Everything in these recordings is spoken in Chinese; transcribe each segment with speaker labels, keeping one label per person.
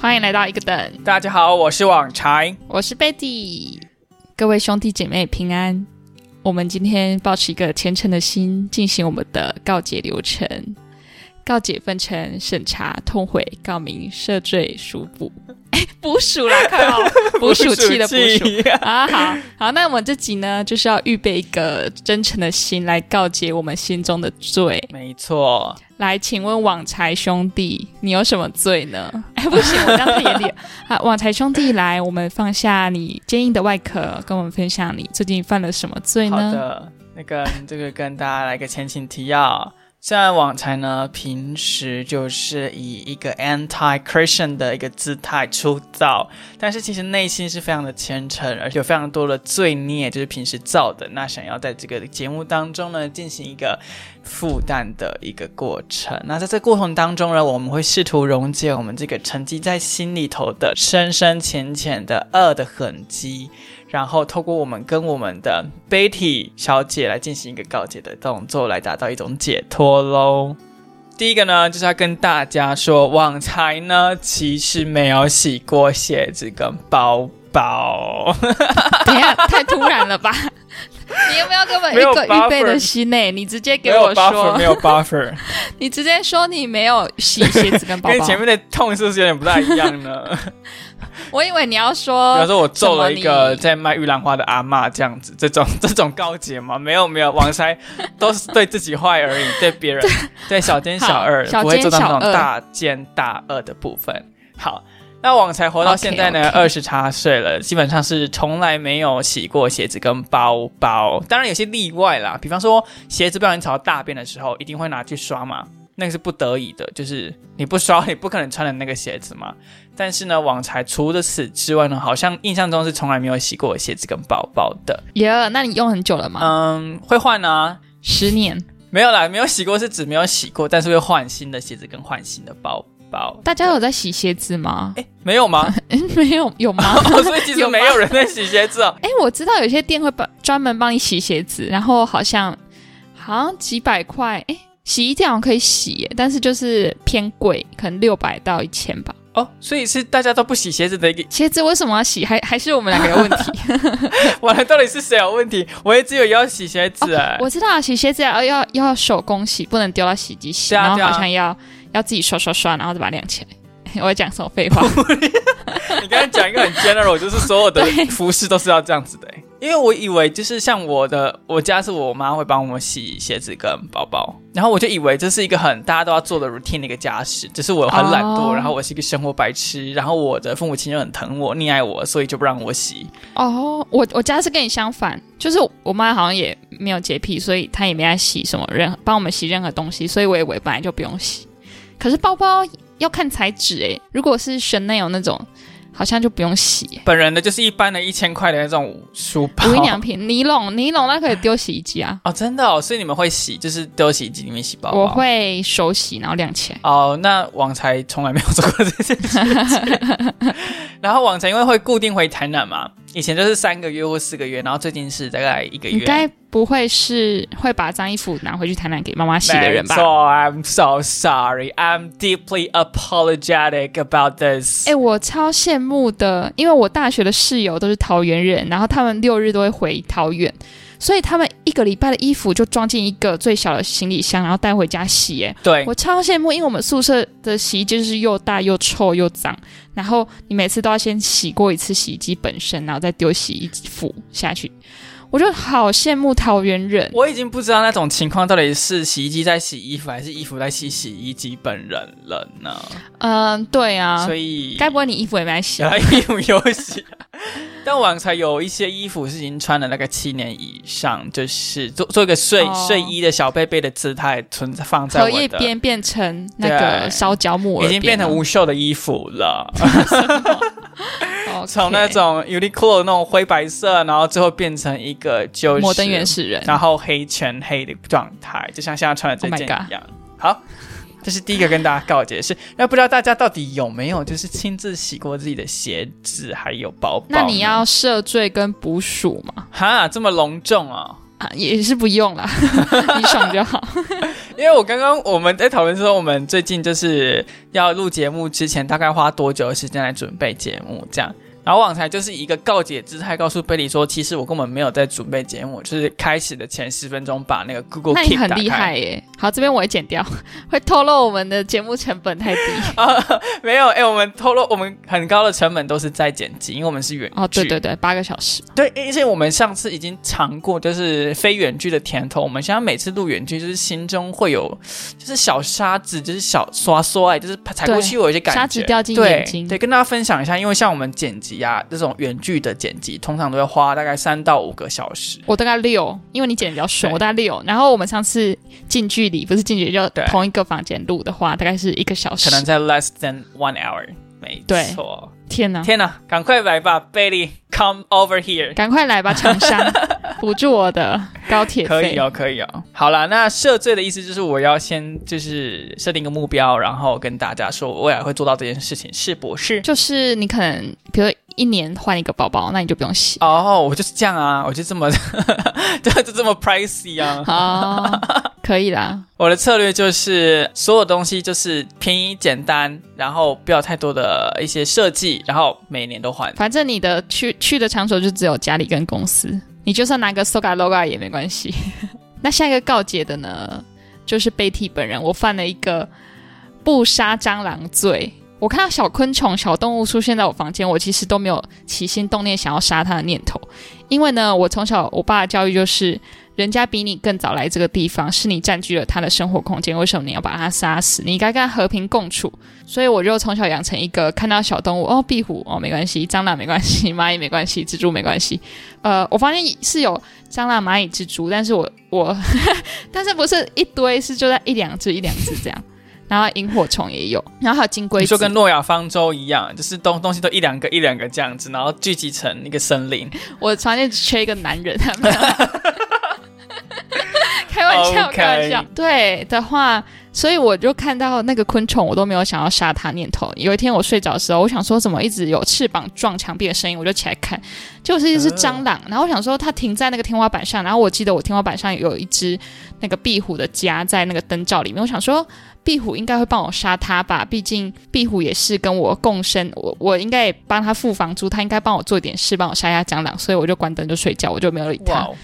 Speaker 1: 欢迎来到一个等，
Speaker 2: 大家好，我是网柴。
Speaker 1: 我是 Betty，各位兄弟姐妹平安。我们今天保持一个虔诚的心，进行我们的告解流程。告解分成审查、痛悔、告明、赦罪、赎捕。 哎，捕鼠啦，看好， 捕鼠器的捕鼠。啊，好好，那我们这集呢，就是要预备一个真诚的心来告解我们心中的罪。
Speaker 2: 没错，
Speaker 1: 来，请问网财兄弟，你有什么罪呢？ 哎，不行，我这样太严厉了。 啊，网财兄弟，来，我们放下你坚硬的外壳，跟我们分享你最近犯了什么罪
Speaker 2: 好
Speaker 1: 呢？
Speaker 2: 的，那个这个跟大家来个前情提要。虽然网柴呢，平时就是以一个 anti Christian 的一个姿态出道，但是其实内心是非常的虔诚，而且有非常多的罪孽，就是平时造的。那想要在这个节目当中呢，进行一个复旦的一个过程。那在这过程当中呢，我们会试图溶解我们这个沉积在心里头的深深浅浅的恶的痕迹，然后透过我们跟我们的 Betty 小姐来进行一个告解的动作，来达到一种解脱喽。第一个呢，就是要跟大家说，网才呢其实没有洗过鞋子跟包包，
Speaker 1: 等一下， 太突然了吧？你有没有给我们
Speaker 2: 没有
Speaker 1: 一个预备
Speaker 2: buffer
Speaker 1: 的心呢？你直接给
Speaker 2: 没有
Speaker 1: 我
Speaker 2: buffer，
Speaker 1: 说
Speaker 2: 没，有 buffer，
Speaker 1: 你直接说你没有洗鞋子 跟包
Speaker 2: 跟
Speaker 1: 包
Speaker 2: 前。面的痛是不是有点不大一样呢？
Speaker 1: 我以为你要
Speaker 2: 比方
Speaker 1: 说，
Speaker 2: 说我揍了一
Speaker 1: 什么
Speaker 2: 个
Speaker 1: 你
Speaker 2: 在卖玉兰花的阿嬷这样子，这种 这种告解吗？没有没有，网才都是对自己坏而已，对别人对小奸小恶，
Speaker 1: 好
Speaker 2: 不会做到
Speaker 1: 小奸小
Speaker 2: 那种
Speaker 1: 恶
Speaker 2: 大奸大恶的部分。好。那网才活到现在呢，二
Speaker 1: OK，OK
Speaker 2: 十差岁了，基本上是从来没有洗过鞋子跟包包，当然有些例外啦，比方说鞋子不小心踩到大便的时候，一定会拿去刷嘛，那个是不得已的，就是你不刷，你不可能穿的那个鞋子嘛。但是呢，网才除了此之外呢，好像印象中是从来没有洗过鞋子跟包包的。
Speaker 1: 耶那你用很久了吗？
Speaker 2: 嗯，会换啊，
Speaker 1: 十年。
Speaker 2: 没有啦，没有洗过是指没有洗过，但是会换新的鞋子跟换新的包包。
Speaker 1: 大家有在洗鞋子吗？
Speaker 2: 哎，没有吗？
Speaker 1: 没有，有吗？
Speaker 2: 哦，所以其实
Speaker 1: 有吗
Speaker 2: 没有人在洗鞋子哦。
Speaker 1: 哎、我知道有些店会帮专门帮你洗鞋子，然后好像好像几百块，哎、洗衣店好像可以洗耶，但是就是偏贵，可能六百到一千吧。
Speaker 2: 哦，所以是大家都不洗鞋子的一个。
Speaker 1: 鞋子为什么要洗？还还是我们两个有问题？
Speaker 2: 完了，到底是谁有问题？我也只有要洗鞋子哎、
Speaker 1: 我知道洗鞋子要要要手工洗，不能丢到洗衣机洗，
Speaker 2: 对啊
Speaker 1: 然后
Speaker 2: 对啊
Speaker 1: 好像要要自己刷刷刷，然后再把它晾起来。我 在讲什么废话？
Speaker 2: 你刚才讲一个很 general，就是所有的
Speaker 1: 对
Speaker 2: 服饰都是要这样子的、欸因为我以为就是像我的，我家是我妈会帮我洗鞋子跟包包，然后我就以为这是一个很大家都要做的 routine 的一个家事，只是我很懒
Speaker 1: 哦
Speaker 2: 惰然后我是一个生活白痴，然后我的父母亲又很疼我、溺爱我，所以就不让我洗。
Speaker 1: 哦，我我家是跟你相反，就是我妈好像也没有洁癖，所以她也没在洗什么任何帮我们洗任何东西，所以我以为本来就不用洗。可是包包要看材质诶、如果是 Chanel 那种，好像就不用洗、欸。
Speaker 2: 本人的就是一般的一千块的那种书包。
Speaker 1: 无印良品尼龙尼龙那可以丢洗衣机啊，
Speaker 2: 哦，真的哦，所以你们会洗，就是丢洗衣机里面洗 包包。
Speaker 1: 我会手洗然后晾起 来。
Speaker 2: 哦，那网才从来没有做过这件 事情。然后网才因为会固定回台南嘛，以前就是三个月或四个月，然后最近是大概一个
Speaker 1: 你
Speaker 2: 月。
Speaker 1: 该不会是会把脏衣服拿回去台南给妈妈洗的人吧？
Speaker 2: So I'm so sorry. I'm deeply apologetic about this.
Speaker 1: 哎、我超羡慕的，因为我大学的室友都是桃园人，然后他们六日都会回桃园，所以他们一个礼拜的衣服就装进一个最小的行李箱，然后带回家洗、哎，
Speaker 2: 对
Speaker 1: 我超羡慕，因为我们宿舍的洗衣机就是又大又臭又脏，然后你每次都要先洗过一次洗衣机本身，然后再丢洗衣服下去，我就好羡慕桃园人。
Speaker 2: 我已经不知道那种情况到底是洗衣机在洗衣服，还是衣服在洗洗衣机本人了呢？
Speaker 1: 嗯，对啊
Speaker 2: 所，以
Speaker 1: 该不会你衣服也没洗
Speaker 2: 小？衣服有洗，但网才有一些衣服是已经穿了那个七年以上，就是做做一个睡、
Speaker 1: 哦
Speaker 2: 睡衣的小贝贝的姿态存在放在
Speaker 1: 荷
Speaker 2: 我
Speaker 1: 叶
Speaker 2: 的，
Speaker 1: 边变成那个
Speaker 2: 对啊
Speaker 1: 烧焦木耳边了，啊
Speaker 2: 已经变成无袖的衣服 了，
Speaker 1: OK
Speaker 2: 从那种 Uniqlo 那种灰白色，然后最后变成一个就是
Speaker 1: 摩登原始人。
Speaker 2: 然后黑全黑的状态，就像现在穿的这
Speaker 1: Oh
Speaker 2: 件
Speaker 1: my god
Speaker 2: 一样。好，这是第一个跟大家告诫的是，那不知道大家到底有没有就是亲自洗过自己的鞋子还有包包呢？
Speaker 1: 那你要赦罪跟捕鼠吗？
Speaker 2: 哈这么隆重啊、
Speaker 1: 啊，也是不用啦，你爽就好。
Speaker 2: 因因为我刚刚我们在讨论说，我们最近就是要录节目之前，大概花多久的时间来准备节目这样。然后旺财就是一个告解姿态，告诉贝里说，其实我根本没有在准备节目，就是开始的前十分钟把那个 Google
Speaker 1: 那你
Speaker 2: Keep
Speaker 1: 很
Speaker 2: 打
Speaker 1: 厉
Speaker 2: 开
Speaker 1: 害耶！好，这边我也剪掉，会透露我们的节目成本太低。
Speaker 2: 啊， 没有，哎、我们透露我们很高的成本都是在剪辑，因为我们是远
Speaker 1: 哦，对
Speaker 2: 距
Speaker 1: 对对，八个小时，
Speaker 2: 对，而且我们上次已经尝过就是非远距的甜头，我们现在每次录远距，就是心中会有就是小沙子，就是小刷刷，哎，就是踩过去会有一些感觉，
Speaker 1: 沙子掉进
Speaker 2: 对
Speaker 1: 眼睛。
Speaker 2: 对，跟大家分享一下，因为像我们剪辑啊，这种远距的剪辑，通常都要花大概三到五个小时。
Speaker 1: 我大概六，因为你剪的比较顺，
Speaker 2: 对
Speaker 1: 我大概六。然后我们上次近距离，不是近距离，就
Speaker 2: 对
Speaker 1: 同一个房间录的话，大概是一个小时
Speaker 2: 可。能在 less than one hour，没
Speaker 1: 对
Speaker 2: 错。
Speaker 1: 天哪！
Speaker 2: 天哪，赶快来吧，Bailey，come over here。
Speaker 1: 赶快来吧，厂商，补助我的高铁
Speaker 2: 可以
Speaker 1: 费。
Speaker 2: 哦，可以哦。好啦，那设罪的意思就是我要先就是设定一个目标，然后跟大家说我未来会做到这件事情，是不是？
Speaker 1: 就是你可能，比如说一年换一个包包，那你就不用 洗。
Speaker 2: 哦，我就是这样啊，我就这么， 就就这么 pricey 啊。
Speaker 1: 哦，可以啦。
Speaker 2: 我的策略就是所有东西就是便宜简单，然后不要太多的一些设计，然后每年都换。
Speaker 1: 反正你的去去的场所就只有家里跟公司，你就算拿个 Soga Loga 也没关系。 那下一个告解的呢，就是贝蒂本人，我犯了一个不杀蟑螂罪。我看到小昆虫、小动物出现在我房间，我其实都没有起心动念想要杀它的念头，因为呢，我从小我爸的教育就是，人家比你更早来这个地方，是你占据了他的生活空间，为什么你要把他杀死？你应该跟他和平共处。所以我就从小养成一个看到小动物哦，壁虎哦没关系，蟑螂没关系，蚂蚁没关系，蜘蛛没关系。呃，我发现是有蟑螂、蚂蚁、蜘蛛，但是我我 但是不是一堆，是就在一两只一两只这样。然后萤火虫也有，然后还有金龟
Speaker 2: 你
Speaker 1: 子
Speaker 2: 说，跟诺亚方舟一样，就是东东西都一两个一两个这样子，然后聚集成一个森林。
Speaker 1: 我房间只缺一个男人，他们开玩笑
Speaker 2: OK
Speaker 1: 开玩笑。对的话，所以我就看到那个昆虫，我都没有想要杀它念头。有一天我睡着的时候，我想说怎么一直有翅膀撞墙壁的声音，我就起来看，结果是一只蟑螂。然后我想说它停在那个天花板上，然后我记得我天花板上有一只那个壁虎的家在那个灯罩里面，我想说。壁虎应该会帮我杀它吧，毕竟壁虎也是跟我共生，我我应该也帮它付房租，它应该帮我做一点事，帮我杀一下蟑螂，所以我就关灯就睡觉，我就没有理它。
Speaker 2: 哇哦，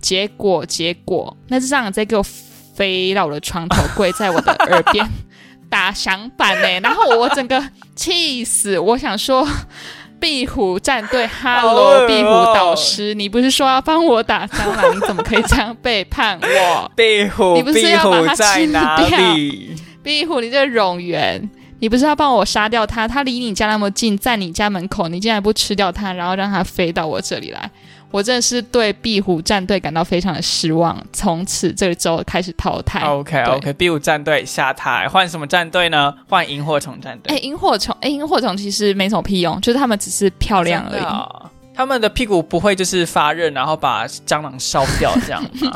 Speaker 1: 结果结果，那只蟑螂直接给我飞到我的床头柜，在我的耳边打响板 呢、然后我整个气死，我想说。壁虎战队哈
Speaker 2: 好恶
Speaker 1: 喽，
Speaker 2: 哦
Speaker 1: 壁虎导师，你不是说要帮我打蟑螂？你怎么可以这样背叛我？
Speaker 2: 壁虎，
Speaker 1: 你不是
Speaker 2: 壁
Speaker 1: 要把
Speaker 2: 虎
Speaker 1: 它
Speaker 2: 在
Speaker 1: 吃
Speaker 2: 哪
Speaker 1: 掉
Speaker 2: 里？
Speaker 1: 壁虎，你这个冗员，你不是要帮我杀掉它？它离你家那么近，在你家门口，你竟然不吃掉它，然后让它飞到我这里来，我真的是对壁虎战队感到非常的失望。从此这周开始淘汰。
Speaker 2: OK
Speaker 1: 对
Speaker 2: OK，B 五战队下台，换什么战队呢？换萤火虫战
Speaker 1: 哎，
Speaker 2: 队，
Speaker 1: 萤火虫，哎，萤火虫其实没什么屁用，就是它们只是漂亮而
Speaker 2: 真的
Speaker 1: 已。
Speaker 2: 哦他们的屁股不会就是发热，然后把蟑螂烧掉这样 吗？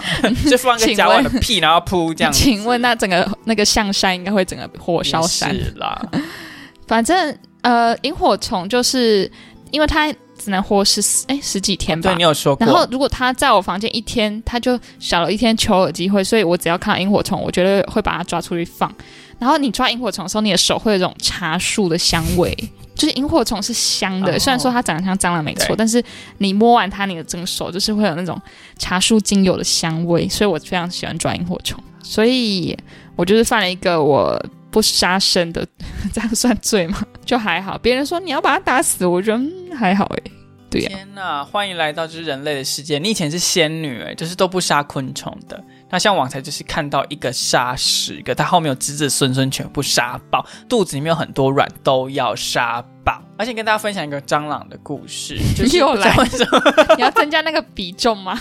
Speaker 2: 就放个
Speaker 1: 请
Speaker 2: 甲烷
Speaker 1: 问
Speaker 2: 的屁，然后扑这样 子。
Speaker 1: 请问那整个那个象山应该会整个火烧山？
Speaker 2: 也是啦，
Speaker 1: 反正呃，萤火虫就是因为它只能活十哎十几天吧
Speaker 2: 对，你有说过。
Speaker 1: 然后如果它在我房间一天，它就少了一天求偶机会，所以我只要看到萤火虫，我绝对会把它抓出去放。然后你抓萤火虫的时候，你的手会有一种茶树的香 味，就是萤火虫是香的，
Speaker 2: 哦
Speaker 1: 虽然说它长得像蟑螂没错
Speaker 2: 对，
Speaker 1: 但是你摸完它，你的整个手就是会有那种茶树精油的香味，所以我非常喜欢抓萤火虫，所以我就是犯了一个我。不杀生的， 这样算罪吗？就还好。别人说你要把它打死，我觉得、嗯、还好诶、对呀、
Speaker 2: 天呐，欢迎来到就是人类的世界。你以前是仙女、哎，就是都不杀昆虫的。那像网才就是看到一个杀十个，他后面有子子孙孙全部杀爆，肚子里面有很多卵都要杀爆。而且跟大家分享一个蟑螂的故 事，就是
Speaker 1: 又来
Speaker 2: 不知道为什么
Speaker 1: 你要增加那个比重 吗？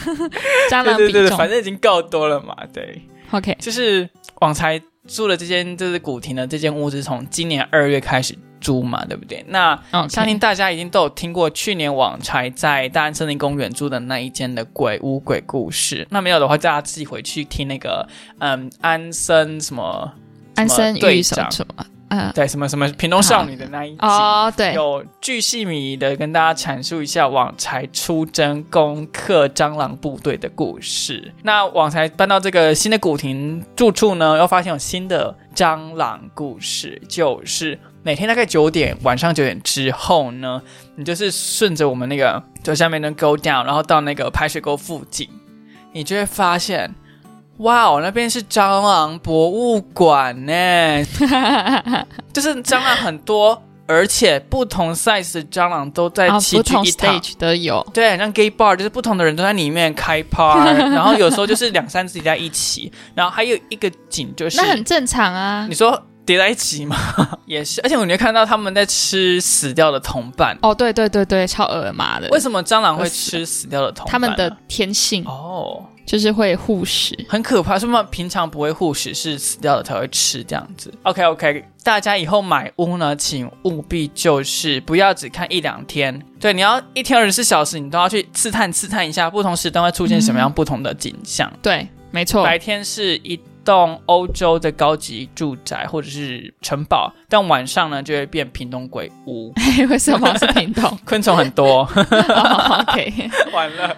Speaker 1: 蟑
Speaker 2: 对
Speaker 1: 螂比
Speaker 2: 对
Speaker 1: 重。
Speaker 2: 对对，反正已经够多了嘛。对，
Speaker 1: OK，
Speaker 2: 就是网才住的这间就是古亭的这间屋子，从今年二月开始租嘛，对不对？那
Speaker 1: 嗯，
Speaker 2: 相信大家一定都有听过去年网才在大安森林公园住的那一间的鬼屋鬼故事。那没有的话，大家自己回去听那个嗯安森什么
Speaker 1: 安生
Speaker 2: 什么队
Speaker 1: 玉什么
Speaker 2: 长
Speaker 1: 什么嗯，
Speaker 2: 对什么什么屏东少女的那一集，
Speaker 1: 哦，对，
Speaker 2: 有巨细靡遗的跟大家阐述一下网才出征攻克蟑螂部队的故事。那网才搬到这个新的古亭住处呢，又发现有新的蟑螂故事，就是每天大概九点，晚上九点之后呢，你就是顺着我们那个就下面的 go down，然后到那个排水沟附近，你就会发现。哇哦，那边是蟑螂博物馆呢，就是蟑螂很多，而且不同 size 的蟑螂都在
Speaker 1: 啊，
Speaker 2: 齐
Speaker 1: 不
Speaker 2: 聚
Speaker 1: 同
Speaker 2: 一堂。
Speaker 1: stage 都有，
Speaker 2: 对，像 gay bar 就是不同的人都在里面 开趴，然后有时候就是两三只叠在一起，然后还有一个景就是
Speaker 1: 那很正常啊
Speaker 2: 你。说叠在一起嘛， 也是，而且你会看到他们在吃死掉的同伴。
Speaker 1: 哦，对对对对，超恶麻的
Speaker 2: 为，什么蟑螂会吃死掉的同伴呢？
Speaker 1: 他们的天性
Speaker 2: 啊哦，
Speaker 1: 就是会护食。
Speaker 2: 很可怕，是吗？平常不会护食，是死掉了才会吃这样子。OK OK，大家以后买屋呢，请务必就是不要只看一两天，对，你要一天二十四小时，你都要去刺探刺探一下，不同时段会出现什么样不同的景象。
Speaker 1: 对，没错，
Speaker 2: 白天是一栋欧洲的高级住宅或者是城堡，但晚上呢就会变屏东鬼屋，
Speaker 1: 为什么是屏 东
Speaker 2: 昆虫很多。
Speaker 1: 哦？OK，
Speaker 2: 完了。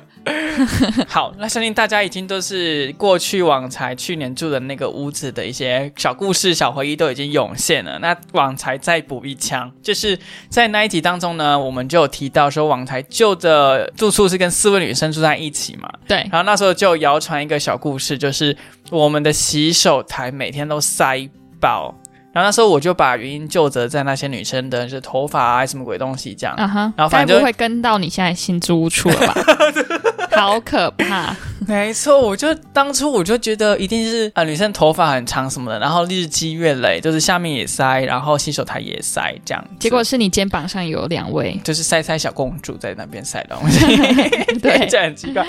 Speaker 2: 好，那相信大家已经都是过去网才去年住的那个屋子的一些小故事、小回忆都已经涌现了。那网才再补一枪，就是在那一集当中呢，我们就有提到说网才旧的住处是跟四位女生住在一起嘛，
Speaker 1: 对，
Speaker 2: 然后那时候就谣传一个小故事，就是我们的洗手台每天都塞爆。然后那时候我就把原因就责在那些女生的就是头发啊什么鬼东西这样，
Speaker 1: 啊哈，
Speaker 2: 然
Speaker 1: 该
Speaker 2: 后反正
Speaker 1: 不会跟到你现在新租屋处 了吧？好可怕！
Speaker 2: 没错，我就当初我就觉得一定是啊、呃女生头发很长什么的，然后日积月累，就是下面也塞，然后洗手台也塞，这样子。
Speaker 1: 结果是你肩膀上有两 位，
Speaker 2: 就是塞塞小公主在那边塞东西，
Speaker 1: 对。
Speaker 2: 这样很奇怪。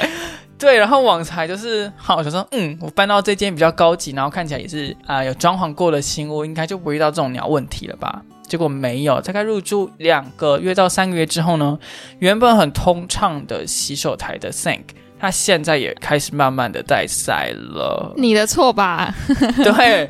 Speaker 2: 对，然后网才就是好，我想说，嗯，我搬到这间比较高级，然后看起来也是啊、有装潢过的新屋，应该就不会遇到这种鸟问题了吧？结果没有，大概入住两个月到三个月之后呢，原本很通畅的洗手台的 sink，它现在也开始慢慢的带塞了
Speaker 1: 你的错吧？
Speaker 2: 对，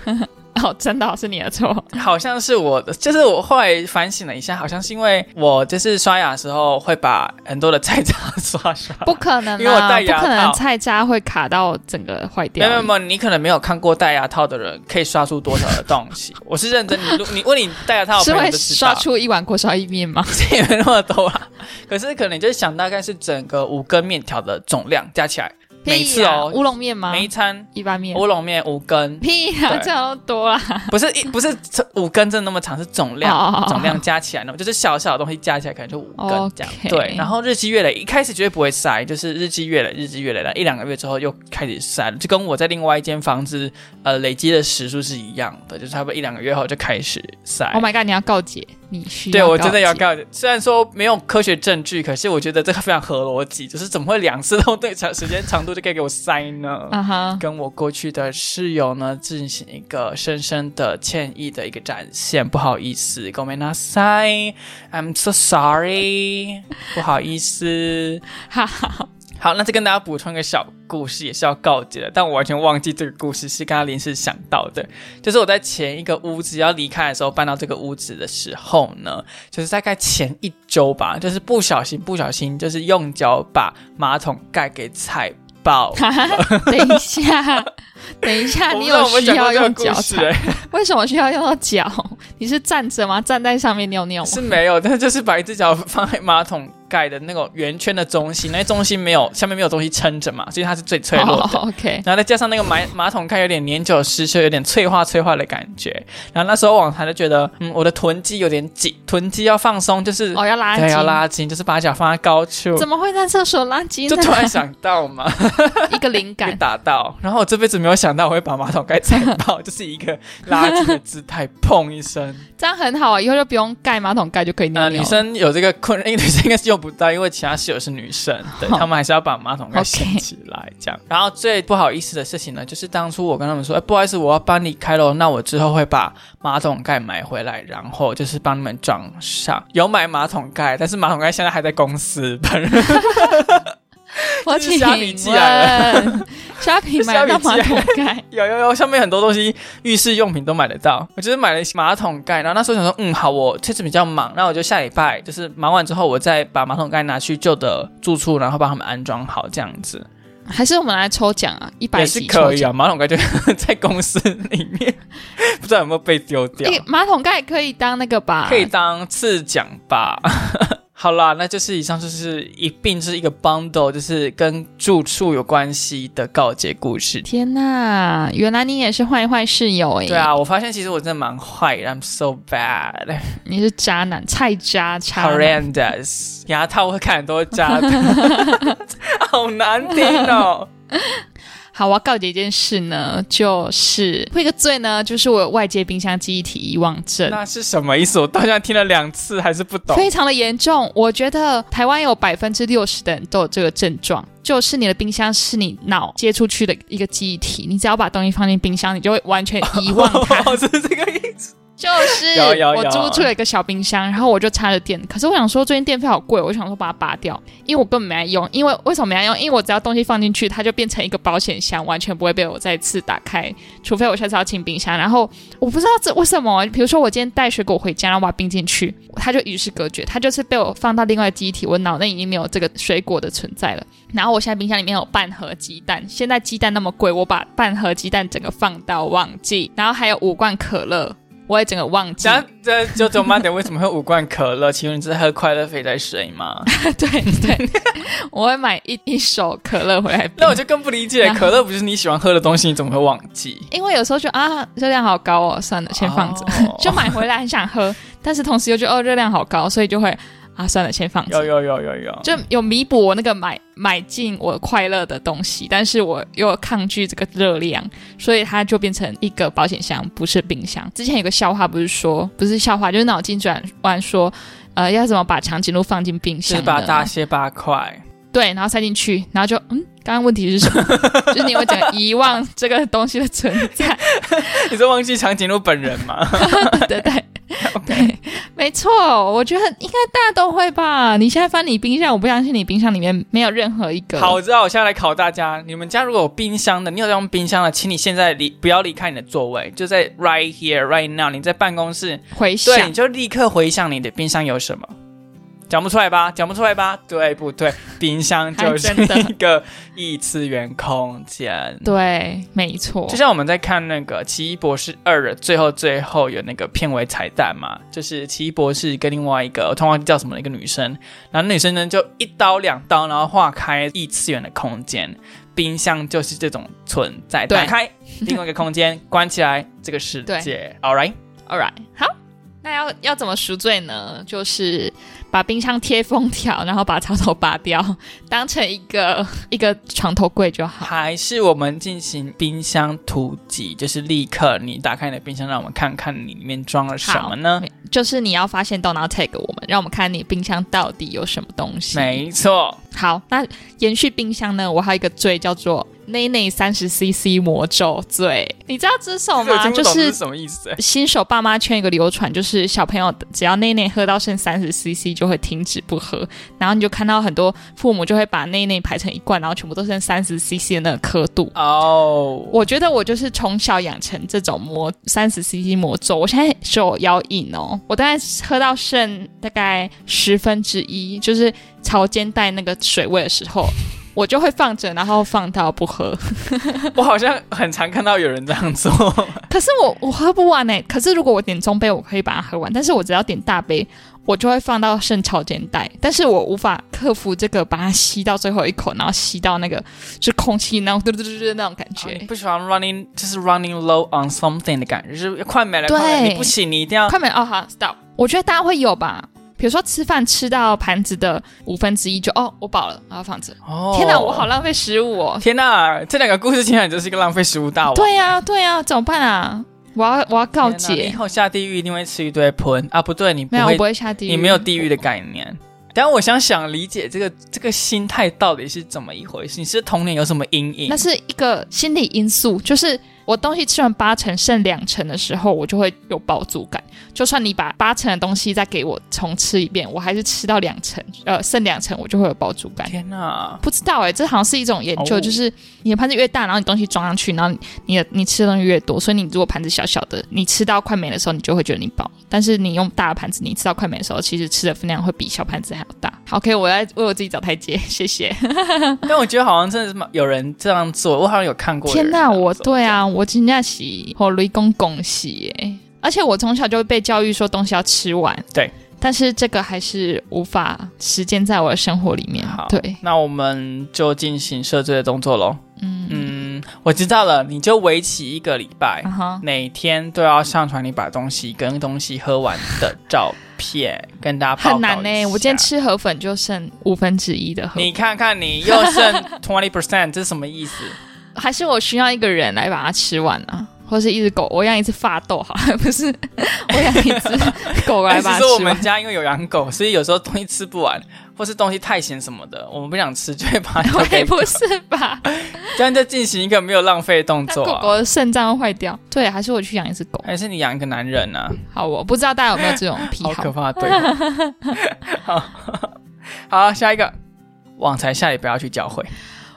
Speaker 1: 哦，真的哦是你的错。
Speaker 2: 好像是我的，就是我后来反省了一下，好像是因为我就是刷牙的时候会把很多的菜渣刷刷。
Speaker 1: 不可能、啊，
Speaker 2: 因为我戴牙套
Speaker 1: 不可能菜渣会卡到整个坏
Speaker 2: 没
Speaker 1: 掉。
Speaker 2: 有没有没有，你可能没有看过戴牙套的人可以刷出多少的东 西。我是认真，你如你问你戴牙套的
Speaker 1: 是
Speaker 2: 朋
Speaker 1: 会
Speaker 2: 友就知道
Speaker 1: 刷， 出一碗锅烧意面吗？
Speaker 2: 这也没那么多啊。可是可能就是想大概是整个五根面条的总量加起来，每次
Speaker 1: 屁呀
Speaker 2: 哦
Speaker 1: 乌龙面吗？
Speaker 2: 每一餐
Speaker 1: 一般面。
Speaker 2: 乌龙面五根，
Speaker 1: 屁呀、
Speaker 2: 对
Speaker 1: 这样都多啦。
Speaker 2: 不是一不是这五根真的那么长，是总量。
Speaker 1: 哦
Speaker 2: 总量加起来呢，就是小小的东西加起来可能就五根
Speaker 1: OK
Speaker 2: 这样。对，然后日积月累，一开始绝对不会塞，就是日积月累，日积月累了一两个月之后又开始塞了，就跟我在另外一间房子呃累积的时数是一样的，就是差不多一两个月后就开始塞。
Speaker 1: Oh my god！你要告解，你需要
Speaker 2: 对，我真的要
Speaker 1: 告
Speaker 2: 告诉，虽然说没有科学证据，可是我觉得这个非常合逻辑，就是怎么会两次都对长时间长度就可以给我塞呢
Speaker 1: 解。？啊哈，
Speaker 2: 跟我过去的室友呢进行一个深深的歉意的一个展现，不好意思，ごめんなさい，I'm so sorry，不好意思。
Speaker 1: 哈哈，
Speaker 2: 好，那再跟大家补充一个小故事，也是要告解的，但我完全忘记这个故事是刚刚临时想到的。就是我在前一个屋子要离开的时候，搬到这个屋子的时候呢，就是大概前一周吧，就是不小心不小心，就是用脚把马桶盖给踩 爆。
Speaker 1: 等一下，等一下，
Speaker 2: 我不
Speaker 1: 你
Speaker 2: 知道
Speaker 1: 有
Speaker 2: 我们
Speaker 1: 需
Speaker 2: 讲
Speaker 1: 要
Speaker 2: 过这个
Speaker 1: 用
Speaker 2: 故
Speaker 1: 脚
Speaker 2: 事、
Speaker 1: 踩？
Speaker 2: 欸，
Speaker 1: 为什么需要用到脚？你是站着吗？站在上面尿尿吗？
Speaker 2: 是没有，但是就是把一只脚放在马桶盖的那个圆圈的中心，那中心没有下面没有东西撑着嘛，所以它是最脆弱的。
Speaker 1: 哦，OK，
Speaker 2: 然后再加上那个马马桶盖有点年久失修，有点脆化脆化的感觉。然后那时候网台就觉得，嗯，我的臀肌有点紧，臀肌要放松，就是、
Speaker 1: 哦，要拉
Speaker 2: 对
Speaker 1: 筋，
Speaker 2: 要拉筋，就是把脚放在高处。
Speaker 1: 怎么会在厕所拉筋呢？
Speaker 2: 就突然想到嘛，
Speaker 1: 一个灵
Speaker 2: 被
Speaker 1: 感，
Speaker 2: 打到，然后我这辈子没有想到我会把马桶盖踩爆， 就是一个拉筋的姿态，砰一声。
Speaker 1: 这样很好啊，以后就不用盖马桶盖就可以尿
Speaker 2: 呃，
Speaker 1: 尿了。
Speaker 2: 女生有这个困扰， 因为女生应该是用不到，因为其他室友是女生，对
Speaker 1: 好
Speaker 2: 他们还是要把马桶盖
Speaker 1: OK
Speaker 2: 掀起来这样。然后最不好意思的事情呢，就是当初我跟他们说，哎、不好意思，我要搬离开喽，那我之后会把马桶盖买回来，然后就是帮你们装上。有买马桶盖，但是马桶盖现在还在公司，本人
Speaker 1: 我
Speaker 2: 这是
Speaker 1: 请
Speaker 2: 虾米啊寄来
Speaker 1: 问，虾皮买
Speaker 2: 啊
Speaker 1: 得到马桶盖
Speaker 2: 有有有，上面很多东西，浴室用品都买得到。我就是买了马桶盖，然后那时候想说，嗯，好，我这次比较忙，那我就下礼拜就是忙完之后，我再把马桶盖拿去旧的住处，然后帮他们安装好，这样子
Speaker 1: 还是我们来抽奖啊？一百
Speaker 2: 也是
Speaker 1: 集抽
Speaker 2: 可以
Speaker 1: 奖。
Speaker 2: 啊。马桶盖就 在公司里面， 不知道有没有被丢掉
Speaker 1: 那，个马桶盖可以当那个吧？
Speaker 2: 啊可以当次奖吧。 好啦，那就是以上就是一并是一个 bundle，就是跟住处有关系的告解故事。
Speaker 1: 天呐，原来你也是坏坏室友哎、
Speaker 2: 对，啊，我发现其实我真的蛮坏的，I'm so bad。
Speaker 1: 你是渣男、菜渣、渣男。
Speaker 2: horrendous，牙套会看很多渣的，好难听哦。
Speaker 1: 好，我要告解一件事呢，就是会一个罪呢，就是我有外界冰箱记忆体遗忘症。
Speaker 2: 那是什么意思？我到现在听了两次还是不懂。
Speaker 1: 非常的严重，我觉得台湾有百分之六十的人都有这个症状，就是你的冰箱是你脑接出去的一个记忆体，你只要把东西放进冰箱，你就会完全遗忘 它。
Speaker 2: 哦，是这个意思。
Speaker 1: 就是
Speaker 2: 有有有
Speaker 1: 我租出了一个小冰箱，然后我就插着电，可是我想说最近电费好贵，我想说把它拔掉，因为我根本没来用。因为为什么没来用？因为我只要东西放进去，它就变成一个保险箱，完全不会被我再次打开，除非我下次要清冰箱。然后我不知道这为什么，比如说我今天带水果回家，然后把它冰进去，它就与世隔绝，它就是被我放到另外的记忆体，我脑内已经没有这个水果的存在了。然后我现在冰箱里面有半盒鸡蛋，现在鸡蛋那么贵，我把半盒鸡蛋整个放到忘记，然后还有五罐可乐。我也整个忘 记，
Speaker 2: 这这九九慢点，为什么会五罐可乐？请问你是喝快乐肥仔水吗？
Speaker 1: 对对，我会买一一手可乐回来冰。
Speaker 2: 那我就更不理解，
Speaker 1: 然后
Speaker 2: 可乐不是你喜欢喝的东西，你怎么会忘记？
Speaker 1: 因为有时候就啊，热量好高哦，算了，先放着。
Speaker 2: 哦
Speaker 1: 就买回来很想喝，但是同时又觉得哦热量好高，所以就会啊算了，先放
Speaker 2: 有
Speaker 1: 着。
Speaker 2: 有有有有，
Speaker 1: 就有弥补我那个买买进我快乐的东西，但是我又抗拒这个热量，所以它就变成一个保险箱，不是冰箱。之前有个笑话，不是说不是笑话，就是脑筋转弯说，呃，要怎么把长颈鹿放进冰箱
Speaker 2: 是
Speaker 1: 呢？
Speaker 2: 把大卸八块。
Speaker 1: 对，然后塞进去，然后就嗯，刚刚问题是什么？ 就是你会整个遗忘这个东西的存在，
Speaker 2: 你是忘记长颈鹿本人吗？
Speaker 1: 对对 对对，没错，我觉得应该大家都会吧。你现在翻你冰箱，我不相信你冰箱里面没有任何一个
Speaker 2: 好，我知道，我现在来考大家，你们家如果有冰箱的，你有在用冰箱的，请你现在离不要离开你的座位，就在 right here right now，你在办公室，
Speaker 1: 回
Speaker 2: 对，
Speaker 1: 响
Speaker 2: 你。就立刻回想你的冰箱有什么。讲不出来吧？讲不出来吧？对不对？冰箱就是
Speaker 1: 还真的
Speaker 2: 一个异次元空间。
Speaker 1: 对，没错
Speaker 2: 就，像我们在看那个《奇异博士二》的最后最后有那个片尾彩蛋嘛，就是奇异博士跟另外一个我突然忘记叫什么的一个女生，然后那女生呢就一刀两刀，然后划开异次元的空间，冰箱就是这种存在，
Speaker 1: 对
Speaker 2: 打开另外一个空间，关起来这个世界，All right，
Speaker 1: All right，好，那要要怎么赎罪呢？就是把冰箱贴封条，然后把插头拔掉，当成一个一个床头柜就好。
Speaker 2: 还是我们进行冰箱突击，就是立刻你打开你的冰箱，让我们看看你里面装了什么呢？
Speaker 1: 就是你要发现到，然后 tag 我们，让我们看你冰箱到底有什么东西。
Speaker 2: 没错，
Speaker 1: 好，那延续冰箱呢？我还有一个罪叫做“内内三十 CC 魔咒罪”，你知道这首
Speaker 2: 这个我
Speaker 1: 哦吗？
Speaker 2: 听不
Speaker 1: 就
Speaker 2: 懂这
Speaker 1: 是
Speaker 2: 是什么意思、欸
Speaker 1: 新手爸妈圈有个流传，就是小朋友只要内内喝到剩三十 CC 就会停止不喝，然后你就看到很多父母就会把内内排成一罐，然后全部都剩三十 CC 的那个刻度。
Speaker 2: 哦、
Speaker 1: 我觉得我就是从小养成这种魔三十 CC 魔咒，我现在手摇饮哦，我大概喝到剩大概十分之一，就是潮间带那个水位的时候，我就会放着，然后放到不喝。
Speaker 2: 我好像很常看到有人这样 做，
Speaker 1: 可是我我喝不完呢、可是如果我点中杯，我可以把它喝完，但是我只要点大杯，我就会放到剩潮间带，但是我无法克服这个把它吸到最后一口，然后吸到那个就空气那种嘟嘟嘟嘟嘟那种感觉。
Speaker 2: 你不喜欢 running 就是 running low on something 的感觉，就是快没了，
Speaker 1: 对
Speaker 2: 快没了，你不行，你一定要。
Speaker 1: 快门哦，好，stop。我觉得大家会有吧，比如说吃饭吃到盘子的五分之一，就哦，我饱了，然后放着。
Speaker 2: 哦
Speaker 1: 天哪，我好！浪费食物哦！
Speaker 2: 天哪，这两个故事听起来就是一个浪费食物大王。
Speaker 1: 对呀、对呀、怎么办啊？我要我要告
Speaker 2: 天哪你以
Speaker 1: 解，
Speaker 2: 后下地狱一定会吃一堆喷啊！不对，你不
Speaker 1: 没有，我
Speaker 2: 会，
Speaker 1: 不会下地狱。
Speaker 2: 你没有地狱的概念。但我想想理解这个这个心态到底是怎么一回事？你是童年有什么阴影
Speaker 1: 那？是一个心理因素，就是我东西吃完八成剩两成的时候，我就会有饱足感。就算你把八成的东西再给我重吃一遍，我还是吃到两成，呃，剩两成我就会有饱足感。
Speaker 2: 天哪，
Speaker 1: 不知道哎、这好像是一种研究，
Speaker 2: 哦
Speaker 1: 就是你的盘子越大，然后你东西装上去，然后你你的你吃的东西越多，所以你如果盘子小小的，你吃到快没的时候，你就会觉得你饱；但是你用大的盘子，你吃到快没的时候，其实吃的分量会比小盘子还要大。好 OK，我要为我自己找台阶， 谢谢。
Speaker 2: 但我觉得好像真的是蛮有人这样做，我好像有看过有
Speaker 1: 天
Speaker 2: 人这样做。
Speaker 1: 我对啊，我真的是我雷公恭喜耶！而且我从小就被教育说东西要吃完，
Speaker 2: 对，
Speaker 1: 但是这个还是无法实践在我的生活里面
Speaker 2: 好。
Speaker 1: 对，
Speaker 2: 那我们就进行设置的动作喽。嗯嗯，我知道了，你就为期一个礼拜，
Speaker 1: 啊哈，
Speaker 2: 每天都要上传你把东西跟东西喝完的照片，跟大家报告
Speaker 1: 很难呢、
Speaker 2: 呢、
Speaker 1: 我今天。吃河粉就剩五分之一的河粉，
Speaker 2: 你看看，你又 剩 twenty percent，这是什么意思？
Speaker 1: 还是我需要一个人来把它吃完啊？或是一只狗，我养一只发豆好了，不 是，我养一只狗来
Speaker 2: 但
Speaker 1: 把它
Speaker 2: 哎其实我
Speaker 1: 吃完
Speaker 2: 们。家因为有养狗，所以有时候东西吃不完，或是东西太咸什么的，我们不想吃，就会把它 丢
Speaker 1: 也
Speaker 2: 给。
Speaker 1: 不是 吧？
Speaker 2: 这样就进行一个没有浪费的动
Speaker 1: 那
Speaker 2: 作、
Speaker 1: 狗
Speaker 2: 啊。
Speaker 1: 狗的肾脏会坏掉。对，还是我去养一只狗。
Speaker 2: 还是你养一个男人啊？
Speaker 1: 好，我不知道大家有没有这种癖
Speaker 2: 好
Speaker 1: 好
Speaker 2: 可。 怕的对话。 好，好，下一个，旺财下礼拜要去教会。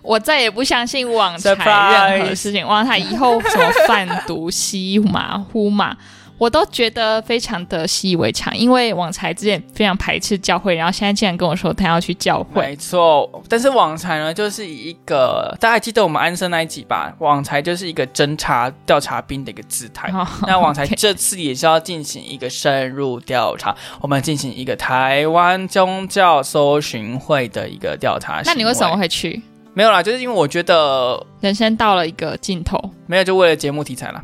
Speaker 1: 我再也不相信网台任何事情，网台以后什么贩毒、吸马、呼马，我都觉得非常的习以为常。因为网台之前非常排斥教会，然后现在竟然跟我说他要去教会，
Speaker 2: 没错，但是网财呢，就是以一个大家还记得我们安生那一集吧？网财就是一个侦查调查兵的一个姿态。
Speaker 1: 然
Speaker 2: 那
Speaker 1: 后
Speaker 2: 网财这次也是要进行一个深入调查，我们进行一个台湾宗教搜寻会的一个调查行。
Speaker 1: 那你为什么会去？
Speaker 2: 没有啦？就是因为我觉得
Speaker 1: 人生到了一个尽 头，
Speaker 2: 没有，就为了节目题材啦。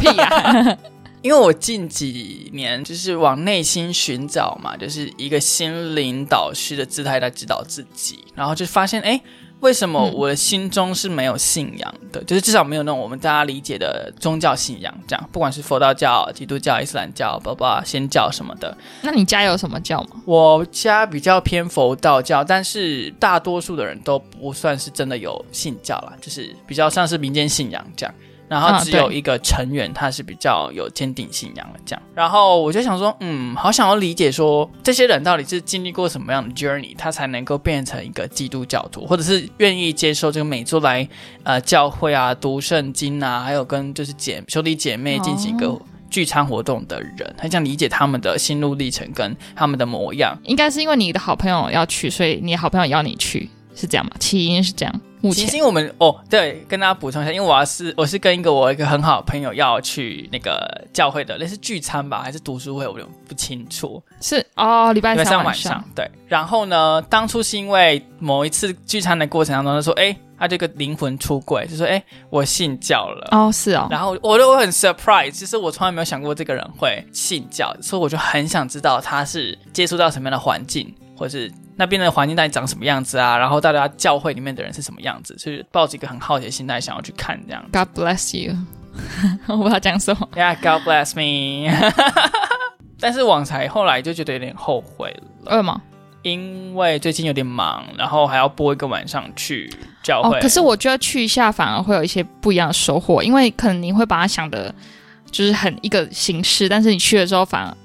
Speaker 1: 屁呀、
Speaker 2: 因为我近几年就是往内心寻找嘛，就是一个心灵导师的姿态来指导自己，然后就发现，哎，为什么
Speaker 1: 嗯
Speaker 2: 我的心中是没有信仰的？就是至少没有那种我们大家理解的宗教信仰，这样，不管是佛道教、基督教、伊斯兰教、包括仙教什么的，
Speaker 1: 那你家有什么教吗？
Speaker 2: 我家比较偏佛道教，但是大多数的人都不算是真的有信教啦，就是比较像是民间信仰这样。然后
Speaker 1: 啊
Speaker 2: 只有
Speaker 1: 对
Speaker 2: 一个成员他是比较有坚定信仰的这样。然后我就想说，嗯，好想要理解说这些人到底是经历过什么样的 journey，他才能够变成一个基督教徒，或者是愿意接受这个每周来呃教会啊、读圣经啊，还有跟就是姐兄弟姐妹进行一个
Speaker 1: 哦
Speaker 2: 聚餐活动的人，很想理解他们的心路历程跟他们的模样。
Speaker 1: 应该是因为你的好朋友要去，所以你的好朋友邀你去，是这样吗？起因是这样，目
Speaker 2: 其
Speaker 1: 前
Speaker 2: 实因为我们哦，对，跟大家补充一下，因为我要是我是跟一个我一个很好的朋友要去那个教会的类似聚餐吧，还是读书会，我有点不清楚。
Speaker 1: 是哦，礼拜
Speaker 2: 礼拜
Speaker 1: 三
Speaker 2: 三晚
Speaker 1: 上
Speaker 2: 上，对。然后呢，当初是因为某一次聚餐的过程当中，他说，哎，他这个灵魂出轨，就说，哎，我信教了。
Speaker 1: 哦，是哦，
Speaker 2: 然后我就我很 surprise，其实我从来没有想过这个人会信教，所以我就很想知道他是接触到什么样的环境，或是那边的环境到底长什么样子啊，然后大家教会里面的人是什么样子，就是抱着一个很好奇的心态想要去看这样。
Speaker 1: God bless you，我不知道讲什么。
Speaker 2: Yeah, God bless me 。 但是网才后来就觉得有点后悔了，
Speaker 1: 为什么？
Speaker 2: 因为最近有点忙，然后还要播一个晚上去教
Speaker 1: 哦
Speaker 2: 会。，
Speaker 1: 可是我觉得去一下反而会有一些不一样的收获，因为可能你会把它想的，就是很一个形式，但是你去了之后反而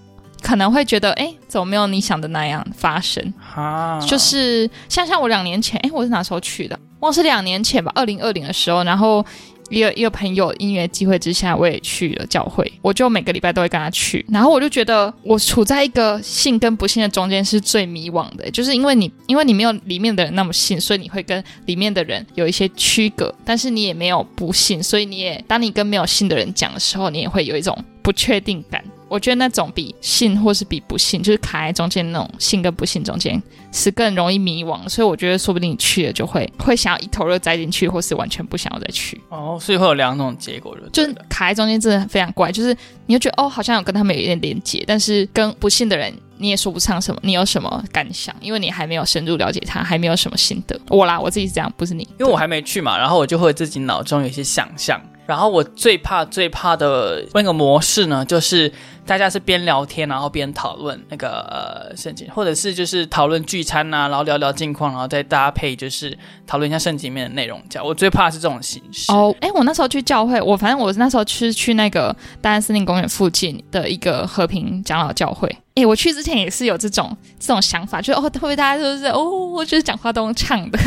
Speaker 1: 可能会觉得，哎，怎么没有你想的那样发生？
Speaker 2: 哈，
Speaker 1: 就是像像我两年前，哎，我是哪时候去的？忘了是两年前吧，二零二零的时候，然后也有也有朋友因缘机会之下，我也去了教会，我就每个礼拜都会跟他去，然后我就觉得我处在一个信跟不信的中间是最迷惘的，就是因为你因为你没有里面的人那么信，所以你会跟里面的人有一些区隔，但是你也没有不信，所以你也当你跟没有信的人讲的时候，你也会有一种不确定感。我觉得那种比信或是比不信，就是卡在中间那种信跟不信中间，是更容易迷惘，所以我觉得说不定你去了就会会想要一头热栽进去，或是完全不想要再去，
Speaker 2: 哦，所以会有两种结果，就
Speaker 1: 就
Speaker 2: 对啊
Speaker 1: 是
Speaker 2: 了
Speaker 1: 卡在中间真的非常怪，就是你会觉得哦，好像有跟他们有一点连接，但是跟不信的人你也说不上什么，你有什么感想？因为你还没有深入了解他，还没有什么心得。我啦，我自己是这样，不是你，
Speaker 2: 因为我还没去嘛，然后我就会自己脑中有一些想象，然后我最怕最怕的那个模式呢，就是大家是边聊天啊然后边讨论那个呃圣经，或者是就是讨论聚餐啊呐、然后聊聊近况，然后再搭配就是讨论一下圣经里面的内容。这样我最怕是这种形式。
Speaker 1: 哦，哎，我那时候去教会，我反正我那时候去去那个大安森林公园附近的一个和平长老教会。哎，我去之前也是有这种这种想法，就是哦，会不会大家都是哦，我就是讲话都用唱的，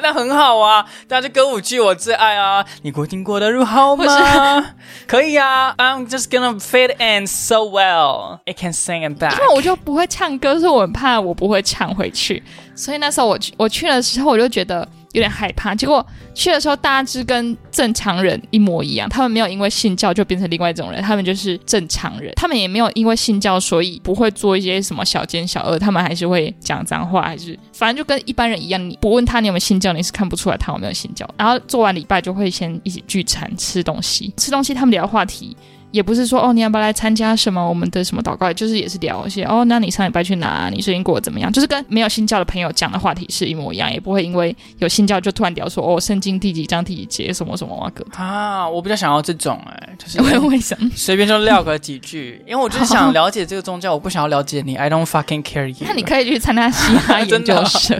Speaker 2: 那很好啊，大家歌舞剧我最爱啊。你过听过得入好
Speaker 1: 不
Speaker 2: 吗？可以啊，I'm just gonna fit in so well. It can sing and
Speaker 1: 因
Speaker 2: back.
Speaker 1: 为我就不会唱歌，所以我很怕我不会唱回去。所以那时候我去我去的时候，我就觉得有点害怕。结果去的时候，大家是跟正常人一模一样，他们没有因为信教就变成另外一种人，他们就是正常人，他们也没有因为信教所以不会做一些什么小奸小恶，他们还是会讲脏话，还是反正就跟一般人一样。你不问他你有没有信教，你是看不出来他有没有信教。然后做完礼拜就会先一起聚餐吃东西，吃东西他们聊话题，也不是说哦，你要不要来参加什么我们的什么祷告，就是也是聊一些哦，那你上礼拜去哪？你最近过得怎么样？就是跟没有信教的朋友讲的话题是一模一样，也不会因为有信教就突然聊说哦，圣经第几章第几节什么什么啊 哥，
Speaker 2: 啊，我比较想要这种哎、就是
Speaker 1: 为为什么？
Speaker 2: 随便就撂个几句，因为我就是想了解这个宗教，我不想要了解你。I don't fucking care you。
Speaker 1: 那你可以去参加嘻哈研
Speaker 2: 真的
Speaker 1: 究
Speaker 2: 哦
Speaker 1: 社，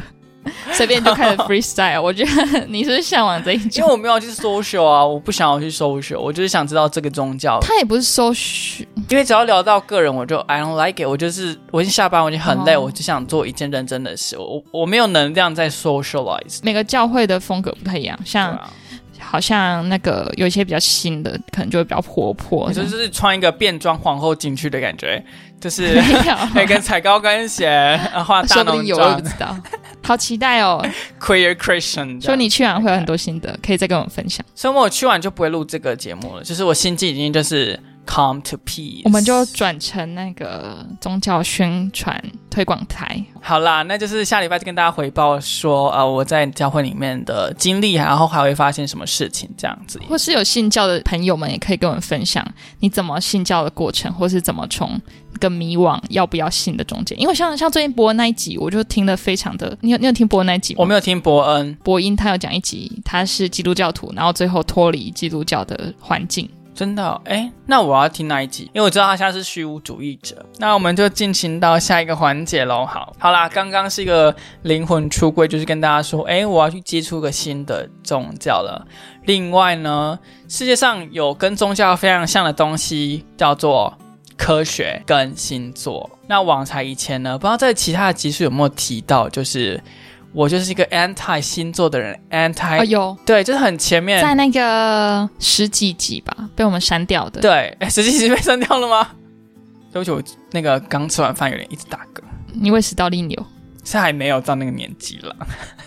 Speaker 1: 随便就开始 freestyle。我觉得你是不是向往这一
Speaker 2: 因
Speaker 1: 种
Speaker 2: 为。我没有去 social 啊，我不想要去 social，我就是想知道这个宗教。
Speaker 1: 他也不是 social，
Speaker 2: 因为只要聊到个人，我就 I don't like it。我就是我已经下班，我已经很累
Speaker 1: 哦
Speaker 2: 我只想做一件认真的事。我我没有能量再 socialize。
Speaker 1: 每个教会的风格不太一样，
Speaker 2: 对
Speaker 1: 像、
Speaker 2: 啊，
Speaker 1: 好像那个有一些比较新的，可能就会比较活泼
Speaker 2: 我，就是穿一个变装皇后进去的感觉，就是
Speaker 1: 没有，
Speaker 2: 每个人踩高跟鞋，啊化大
Speaker 1: 说不
Speaker 2: 浓
Speaker 1: 定有，我也
Speaker 2: 妆
Speaker 1: 不知道。 好期待 哦！
Speaker 2: 啊，queer Christian 这
Speaker 1: 说
Speaker 2: 样。
Speaker 1: 你去完会有很多心得，可以再跟我们分享。
Speaker 2: 所以我去完就不会录这个节目了，就是我心境已经就是 come to peace。
Speaker 1: 我们就转成那个宗教宣传推广台。
Speaker 2: 好啦，那就是下礼拜再跟大家回报说啊、呃我在教会里面的经历，然后还会发现什么事情这样子。
Speaker 1: 或是有信教的朋友们，也可以跟我们分享你怎么信教的过程，或是怎么从跟迷惘要不要信的中间。因为像像最近博恩那一集，我就听得非常的，你有你有听博恩那一集吗？
Speaker 2: 我没有听伯恩，
Speaker 1: 博音他有讲一集，他是基督教徒，然后最后脱离基督教的环境。
Speaker 2: 真的哦、诶，那我要听那一集，因为我知道他现在是虚无主义者。那我们就进行到下一个环节喽。好，好啦，刚刚是一个灵魂出柜，就是跟大家说，诶，我要去接触个新的宗教了。另外呢，世界上有跟宗教非常像的东西，叫做科学跟星座。那网才以前呢，不知道在其他的集数有没有提到，就是我就是一个 anti 星座的人，anti、
Speaker 1: 哦，有
Speaker 2: 对，就是很前面
Speaker 1: 在那个十几集吧，被我们删掉的。
Speaker 2: 对，哎，十七集被删掉了吗？ 对不起，我那个刚吃完饭，有点一直打嗝，
Speaker 1: 你胃食道逆流。
Speaker 2: 是还没有到那个年纪了，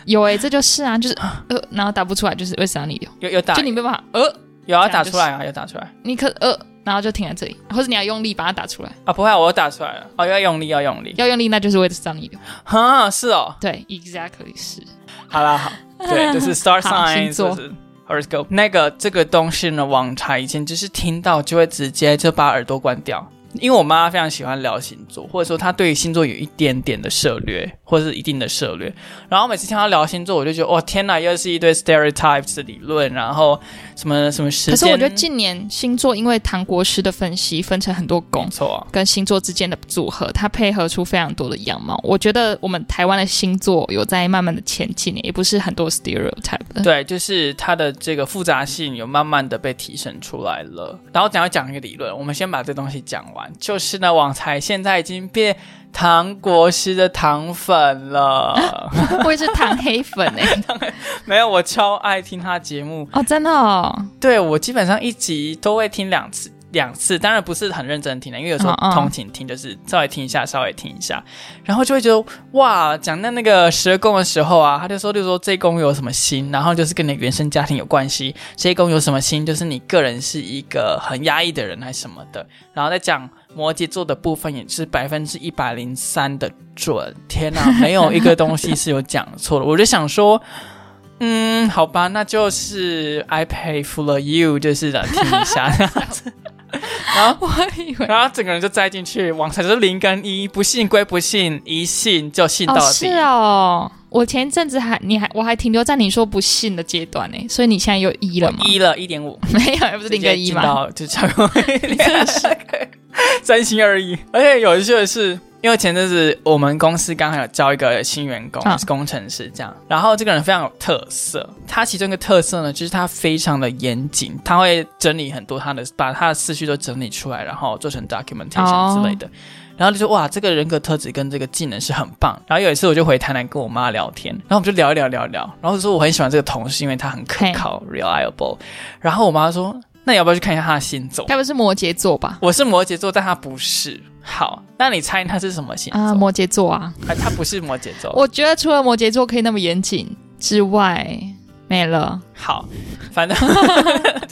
Speaker 1: 有 诶、这就是啊，就是呃，然后打不出来，就是胃食道逆流，
Speaker 2: 有有打
Speaker 1: 就，你没办法呃，
Speaker 2: 有要
Speaker 1: 这
Speaker 2: 打
Speaker 1: 样就是
Speaker 2: 出来啊，有打出来
Speaker 1: 你可呃，然后就停在这里，或者你要用力把它打出来，
Speaker 2: 啊，不会啊，我有打出来了，哦，要用力，要用力，
Speaker 1: 要用力那就是胃食道逆流。
Speaker 2: 哈，是哦，
Speaker 1: 对，exactly 是。
Speaker 2: 好啦， 好，对，就是 star
Speaker 1: 好
Speaker 2: sign，
Speaker 1: 星座
Speaker 2: 就是 horoscope 那个这个东西呢，网查以前就是听到就会直接就把耳朵关掉。因为我妈非常喜欢聊星座，或者说她对于星座有一点点的涉略，或者是一定的涉略。然后每次听她聊星座，我就觉得哇、哦天哪，又是一堆 stereotypes 的理论，然后什么什么时
Speaker 1: 可
Speaker 2: 间。
Speaker 1: 是我觉得近年星座因为唐国师的分析分成很多
Speaker 2: 没
Speaker 1: 宫，
Speaker 2: 错啊，
Speaker 1: 跟星座之间的组合，它配合出非常多的样貌。我觉得我们台湾的星座有在慢慢的前进，欸也不是很多 stereotype 的。
Speaker 2: 对，就是它的这个复杂性有慢慢的被提升出来了。然后等一下讲一个理论，我们先把这东西讲完。就是呢，网才现在已经变唐国师的糖粉了。
Speaker 1: 我也是糖黑粉哎、
Speaker 2: 没有，我超爱听他节目，
Speaker 1: 哦，真的哦，
Speaker 2: 对我基本上一集都会听两次。两次，当然不是很认真听的，因为有时候
Speaker 1: 嗯嗯
Speaker 2: 通勤听就是稍微听一下，稍微听一下，然后就会觉得哇，讲到那个十二宫的时候啊，他就说，就说这宫有什么星，然后就是跟你原生家庭有关系，这一宫有什么星，就是你个人是一个很压抑的人还是什么的，然后再讲摩羯座的部分也是百分之一百零三的准，天哪，没有一个东西是有讲错的，我就想说，嗯，好吧，那就是 I pay for the you，就是来听一下这样子。然后，
Speaker 1: 我以为
Speaker 2: 然后整个人就栽进去，往才就是零跟一，不信归不信，一信就信到
Speaker 1: 哦
Speaker 2: 底。
Speaker 1: 是哦，我前一阵子还你还我还停留在你说不信的阶段呢、所以你现在又一了吗？
Speaker 2: 一了一点五，
Speaker 1: 没有，不是零跟一
Speaker 2: 一
Speaker 1: 吗？？
Speaker 2: 就超过
Speaker 1: 真是
Speaker 2: 三心二意。而且有趣的是，因为前阵子我们公司刚好有招一个新员工，
Speaker 1: 嗯
Speaker 2: 是工程师这样。然后这个人非常有特色，他其中一个特色呢，就是他非常的严谨，他会整理很多他的，把他的思绪都整理出来，然后做成 documentation
Speaker 1: 哦
Speaker 2: 之类的。然后就说哇，这个人格特质跟这个技能是很棒。然后有一次我就回台南跟我妈聊天，然后我们就聊一聊聊一聊，然后就说我很喜欢这个同事，因为他很可
Speaker 1: 嘿
Speaker 2: 靠 reliable。然后我妈说，那你要不要去看一下他的星座？
Speaker 1: 该不是摩羯座吧？
Speaker 2: 我是摩羯座，但他不是。好，那你猜他是什么星座？
Speaker 1: 啊，摩羯座啊，
Speaker 2: 啊他不是摩羯座。
Speaker 1: 我觉得除了摩羯座可以那么严谨之外，没了，
Speaker 2: 好，反正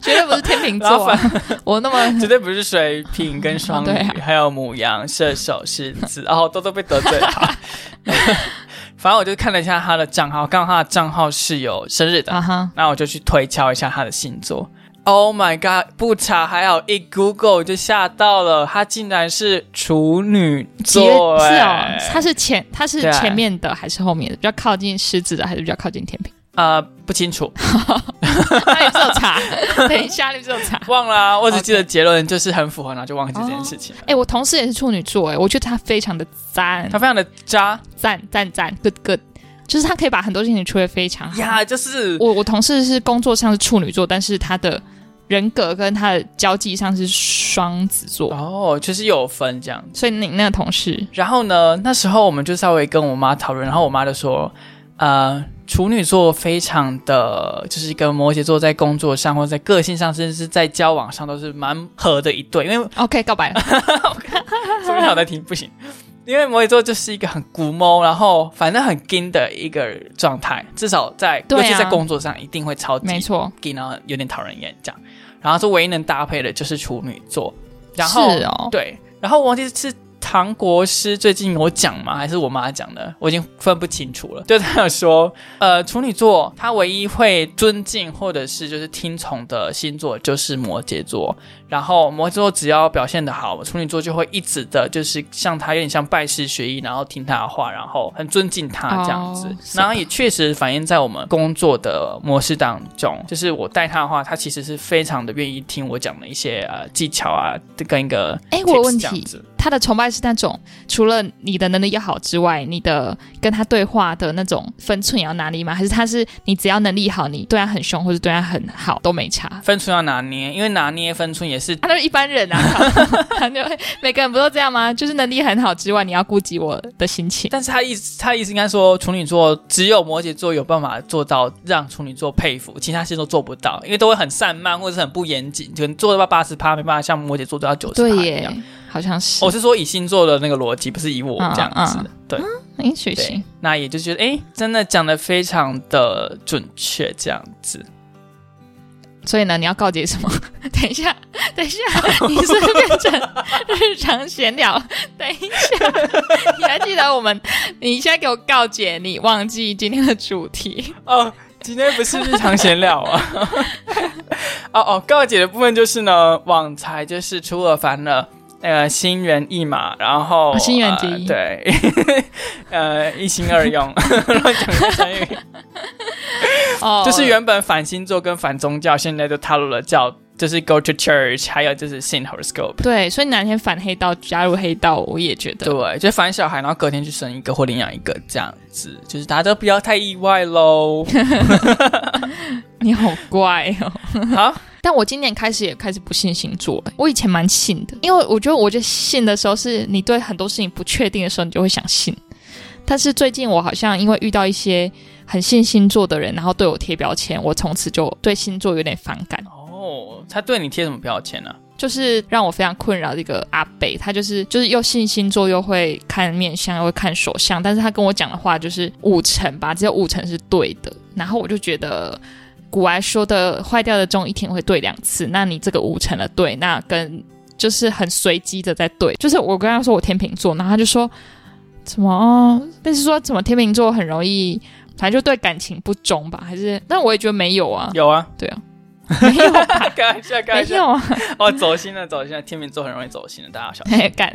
Speaker 1: 绝对不是天秤
Speaker 2: 然后
Speaker 1: 座、啊。我那么
Speaker 2: 绝对不是水瓶跟双
Speaker 1: 对啊
Speaker 2: 鱼，还有母羊、射手、狮子，然后都都被得罪了。好 反正我就看了一下他的账号，刚好他的账号是有生日的，
Speaker 1: 啊哈，
Speaker 2: 那我就去推敲一下他的星座。Oh my god！不查还好，一 Google 我就吓到了，他竟然是处女
Speaker 1: 几月是
Speaker 2: 座、
Speaker 1: 哦
Speaker 2: 哎，
Speaker 1: 它是前它是
Speaker 2: 对
Speaker 1: 前面的还是后面的？比较靠近狮子的还是比较靠近天 平？
Speaker 2: 呃不 清楚，
Speaker 1: 那你只有查，等一下你只有查。
Speaker 2: 忘了啊、我只记得结论就是很符合，然后就忘记这件事情了。
Speaker 1: 哎、我同事也是处女座，哎，我觉得他非常的赞
Speaker 2: 他，非常的渣
Speaker 1: 赞赞赞，good good，就是他可以把很多事情处理得非常好。
Speaker 2: 呀，就是
Speaker 1: 我我同事是工作上是处女座，但是他的人格跟他的交际上是双子座，
Speaker 2: 哦，就是有分这样子。
Speaker 1: 所以你那个同事
Speaker 2: 然后呢，那时候我们就稍微跟我妈讨论，然后我妈就说，呃，处女座非常的就是跟摩羯座在工作上或者在个性上，甚至是在交往上都是蛮合的一对，因为
Speaker 1: OK 告白了，
Speaker 2: 这边好在听不行。因为摩羯座就是一个很古猫，然后反正很硬的一个状态，至少在、
Speaker 1: 对
Speaker 2: 尤
Speaker 1: 啊
Speaker 2: 其在工作上一定会超级
Speaker 1: 没错，
Speaker 2: 然后有点讨人厌这样。然后这唯一能搭配的就是处女座，然后
Speaker 1: 是哦，
Speaker 2: 对，然后我忘记是唐国师最近有讲吗？还是我妈讲的？我已经分不清楚了。 就他有说，呃，处女座他唯一会尊敬或者是就是听从的星座就是摩羯座，然后摩羯座只要表现的好，处女座就会一直的就是像他有点像拜师学艺，然后听他的话，然后很尊敬他这样子。
Speaker 1: 哦是
Speaker 2: 然后也确实反映在我们工作的模式当中，就是我带他的话，他其实是非常的愿意听我讲的一些呃技巧啊，跟一个
Speaker 1: 哎我有问题
Speaker 2: tips 这样子
Speaker 1: 他的崇拜是那种除了你的能力要好之外，你的跟他对话的那种分寸也要拿捏吗？还是他是你只要能力好，你对他很凶或者对他很好都没差？
Speaker 2: 分寸要拿捏，因为拿捏分寸也是
Speaker 1: 他都是一般人 啊，他就会每个人不都这样吗？就是能力很好之外，你要顾及我的心情。
Speaker 2: 但是他意思，他意思应该说，处女座只有摩羯座有办法做到让处女座佩服，其他星座做不到，因为都会很散漫或者是很不严谨，可能做到八十趴，没办法像摩羯座做到九十
Speaker 1: 对
Speaker 2: 趴一
Speaker 1: 耶
Speaker 2: 样。，
Speaker 1: 好像是
Speaker 2: 我。是说以星座的那个逻辑，不是以我
Speaker 1: 嗯
Speaker 2: 这样子。
Speaker 1: 嗯
Speaker 2: 对
Speaker 1: 哎、学
Speaker 2: 对
Speaker 1: 习，
Speaker 2: 那也就觉得，哎、真的讲的非常的准确，这样子。
Speaker 1: 所以呢，你要告诫什么？ 等一下，等一 下，你是不是变成日常闲聊。 等一下， 你还记得我们？你现在给我告诫，你忘记今天的主题。
Speaker 2: 哦，今天不是日常闲聊啊。 哦哦，告解的部分就是呢，网才就是出尔反尔，呃，心猿意马，然后、
Speaker 1: 哦心猿意
Speaker 2: 呃对， 呃，一心二用， 乱讲一成语，
Speaker 1: 哦，
Speaker 2: 就是原本反星座跟反宗教，现在都踏入了教，就是 go to church，还有就是信 horoscope。
Speaker 1: 对，所以你哪天反黑道加入黑道，我也觉得
Speaker 2: 对，就反小孩，然后隔天去生一个或领养一个这样子，就是大家都不要太意 外喽。
Speaker 1: 你好怪哦。
Speaker 2: 好，
Speaker 1: 但我今年开始也开始不信星座了。我以前蛮信的，因为我觉得我就信的时候，是你对很多事情不确定的时候，你就会想信。但是最近我好像因为遇到一些很信星座的人，然后对我贴标签，我从此就对星座有点反感，
Speaker 2: 哦，他对你贴什么标签呢、啊？
Speaker 1: 就是让我非常困扰的一个阿北，他就是就是又信星座，又会看面相，又会看手相，但是他跟我讲的话就是五成吧，只有五成是对的，然后我就觉得。古来说的坏掉的钟一天会对两次，那你这个五成的对，那跟就是很随机的在对。就是我跟他说我天秤座，然后他就说什么，哦但是说怎么天秤座很容易，反正就对感情不忠吧，还是？但我也觉得没有 啊，
Speaker 2: 有啊，
Speaker 1: 对啊，没有吧，
Speaker 2: 开玩笑，
Speaker 1: 没
Speaker 2: 开玩笑。
Speaker 1: 有啊，
Speaker 2: 哦，走心了，走心了。天 秤座很容易走心的，大家要小心。
Speaker 1: 嘿，干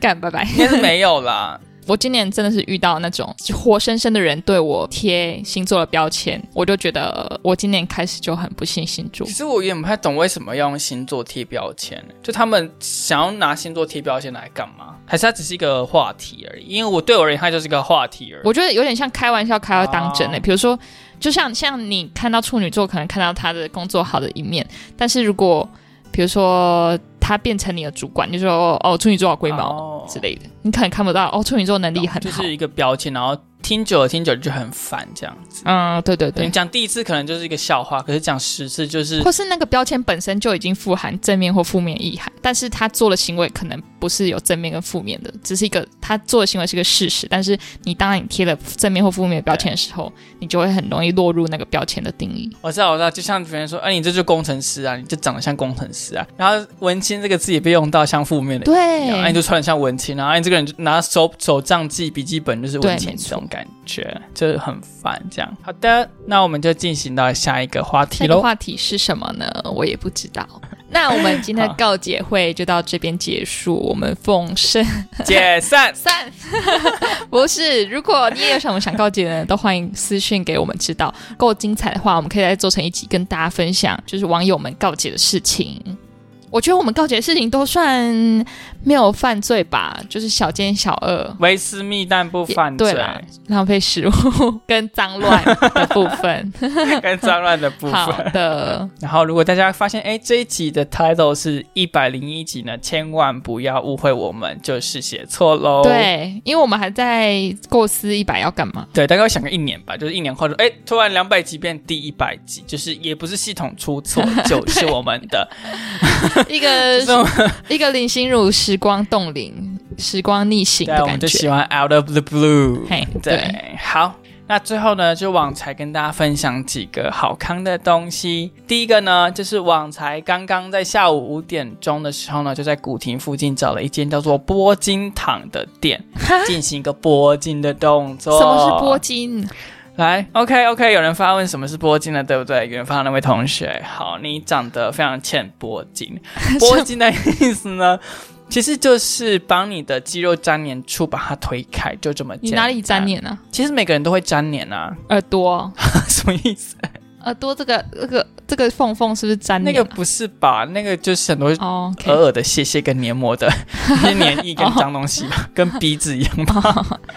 Speaker 1: 干，拜拜。
Speaker 2: 应该是没有啦。
Speaker 1: 我今年真的是遇到那种活生生的人对我贴星座的标签，我就觉得我今年开始就很不信星座
Speaker 2: 其。实我有点不太懂为什么要用星座贴标签，就他们想要拿星座贴标签来干嘛？还是它只是一个话题而已？因为我对我而言，它就是个话题而已。
Speaker 1: 我觉得有点像开玩笑开到当真嘞、欸
Speaker 2: 哦
Speaker 1: 比如说，就像像你看到处女座，可能看到他的工作好的一面，但是如果比如说他变成你的主管，你就说哦处女座好龟毛、
Speaker 2: 哦
Speaker 1: 之类的，你可能看不到哦处女座能力很
Speaker 2: 就
Speaker 1: 好。
Speaker 2: 是一个标签，然后听久了听久了就很烦这样子。
Speaker 1: 嗯，对对对
Speaker 2: 你，讲第一次可能就是一个笑话，可是讲十次就是
Speaker 1: 或是那个标签本身就已经富含正面或负面意涵，但是他做的行为可能不是有正面跟负面的，只是一个他做的行为是个事实，但是你当你贴了正面或负面的标签的时候，你就会很容易落入那个标签的定义。
Speaker 2: 我知道，我知道，就像别人说，哎、你这就是工程师啊，你就长得像工程师啊。然后文青这个字也被用到像负面的一
Speaker 1: 对
Speaker 2: 样，，哎、你就穿得像文青，然后你这个人就拿手手账记笔记本就是文青
Speaker 1: 对没
Speaker 2: 这
Speaker 1: 错
Speaker 2: 种感觉，就是很烦这样。好的，那我们就进行到下一个话题
Speaker 1: 那个
Speaker 2: 喽。
Speaker 1: 话题是什么呢？我也不知道。那我们今天的告解会就到这边结束，我们奉圣。
Speaker 2: 解 散
Speaker 1: 散。不是，如果你也有什么想告解的呢，都欢迎私讯给我们知道。够精彩的话，我们可以再做成一集跟大家分享，就是网友们告解的事情。我觉得我们告解的事情都算没有犯罪吧，就是小奸小恶、
Speaker 2: 维斯密但不犯
Speaker 1: 对
Speaker 2: 罪，
Speaker 1: 啦浪费食物跟脏乱的部 分。
Speaker 2: 跟脏乱的部
Speaker 1: 好
Speaker 2: 分。
Speaker 1: 的，
Speaker 2: 然后，如果大家发现，哎，这一集的 title 是一百零一集呢，千万不要误会我们，就是写错
Speaker 1: 哦
Speaker 2: 喽。
Speaker 1: 对，因为我们还在构思一百要干嘛。
Speaker 2: 对，大概会想个一年吧，就是一年后说，哎，突然两百集变第一百集，就是也不是系统 出错，就是我们的，
Speaker 1: 一个
Speaker 2: 这种
Speaker 1: 一个林心如时光冻龄、时光逆行
Speaker 2: 对，
Speaker 1: 的
Speaker 2: 我
Speaker 1: 感
Speaker 2: 们就喜
Speaker 1: 觉。
Speaker 2: 欢 out of the blue。
Speaker 1: 嘿，对，
Speaker 2: 对，好，那最后呢，就网才跟大家分享几个好康的东西。第一个呢，就是网才刚刚在下午五点钟的时候呢，就在古亭附近找了一间叫做波金堂的店，进行一个波金的动作。
Speaker 1: 啊什么是波金？
Speaker 2: 来，OK OK，有人发问什么是铂金的，对不对？有人发问那位同学，好，你长得非常欠铂 金。铂金的意思呢，其实就是帮你的肌肉粘连处把它推开，就这么简
Speaker 1: 你
Speaker 2: 单。
Speaker 1: 哪里粘？黏啊？
Speaker 2: 其实每个人都会粘连啊，
Speaker 1: 耳朵，
Speaker 2: 什么意思？
Speaker 1: 耳朵这个这个这个缝缝是不是粘
Speaker 2: 那
Speaker 1: 黏
Speaker 2: 个呃
Speaker 1: 啊？
Speaker 2: 不是吧？那个就是很多
Speaker 1: 哦，OK、
Speaker 2: 偶
Speaker 1: o
Speaker 2: 尔的屑屑跟黏 膜的一些黏液跟脏东西吧，跟鼻子一样吧。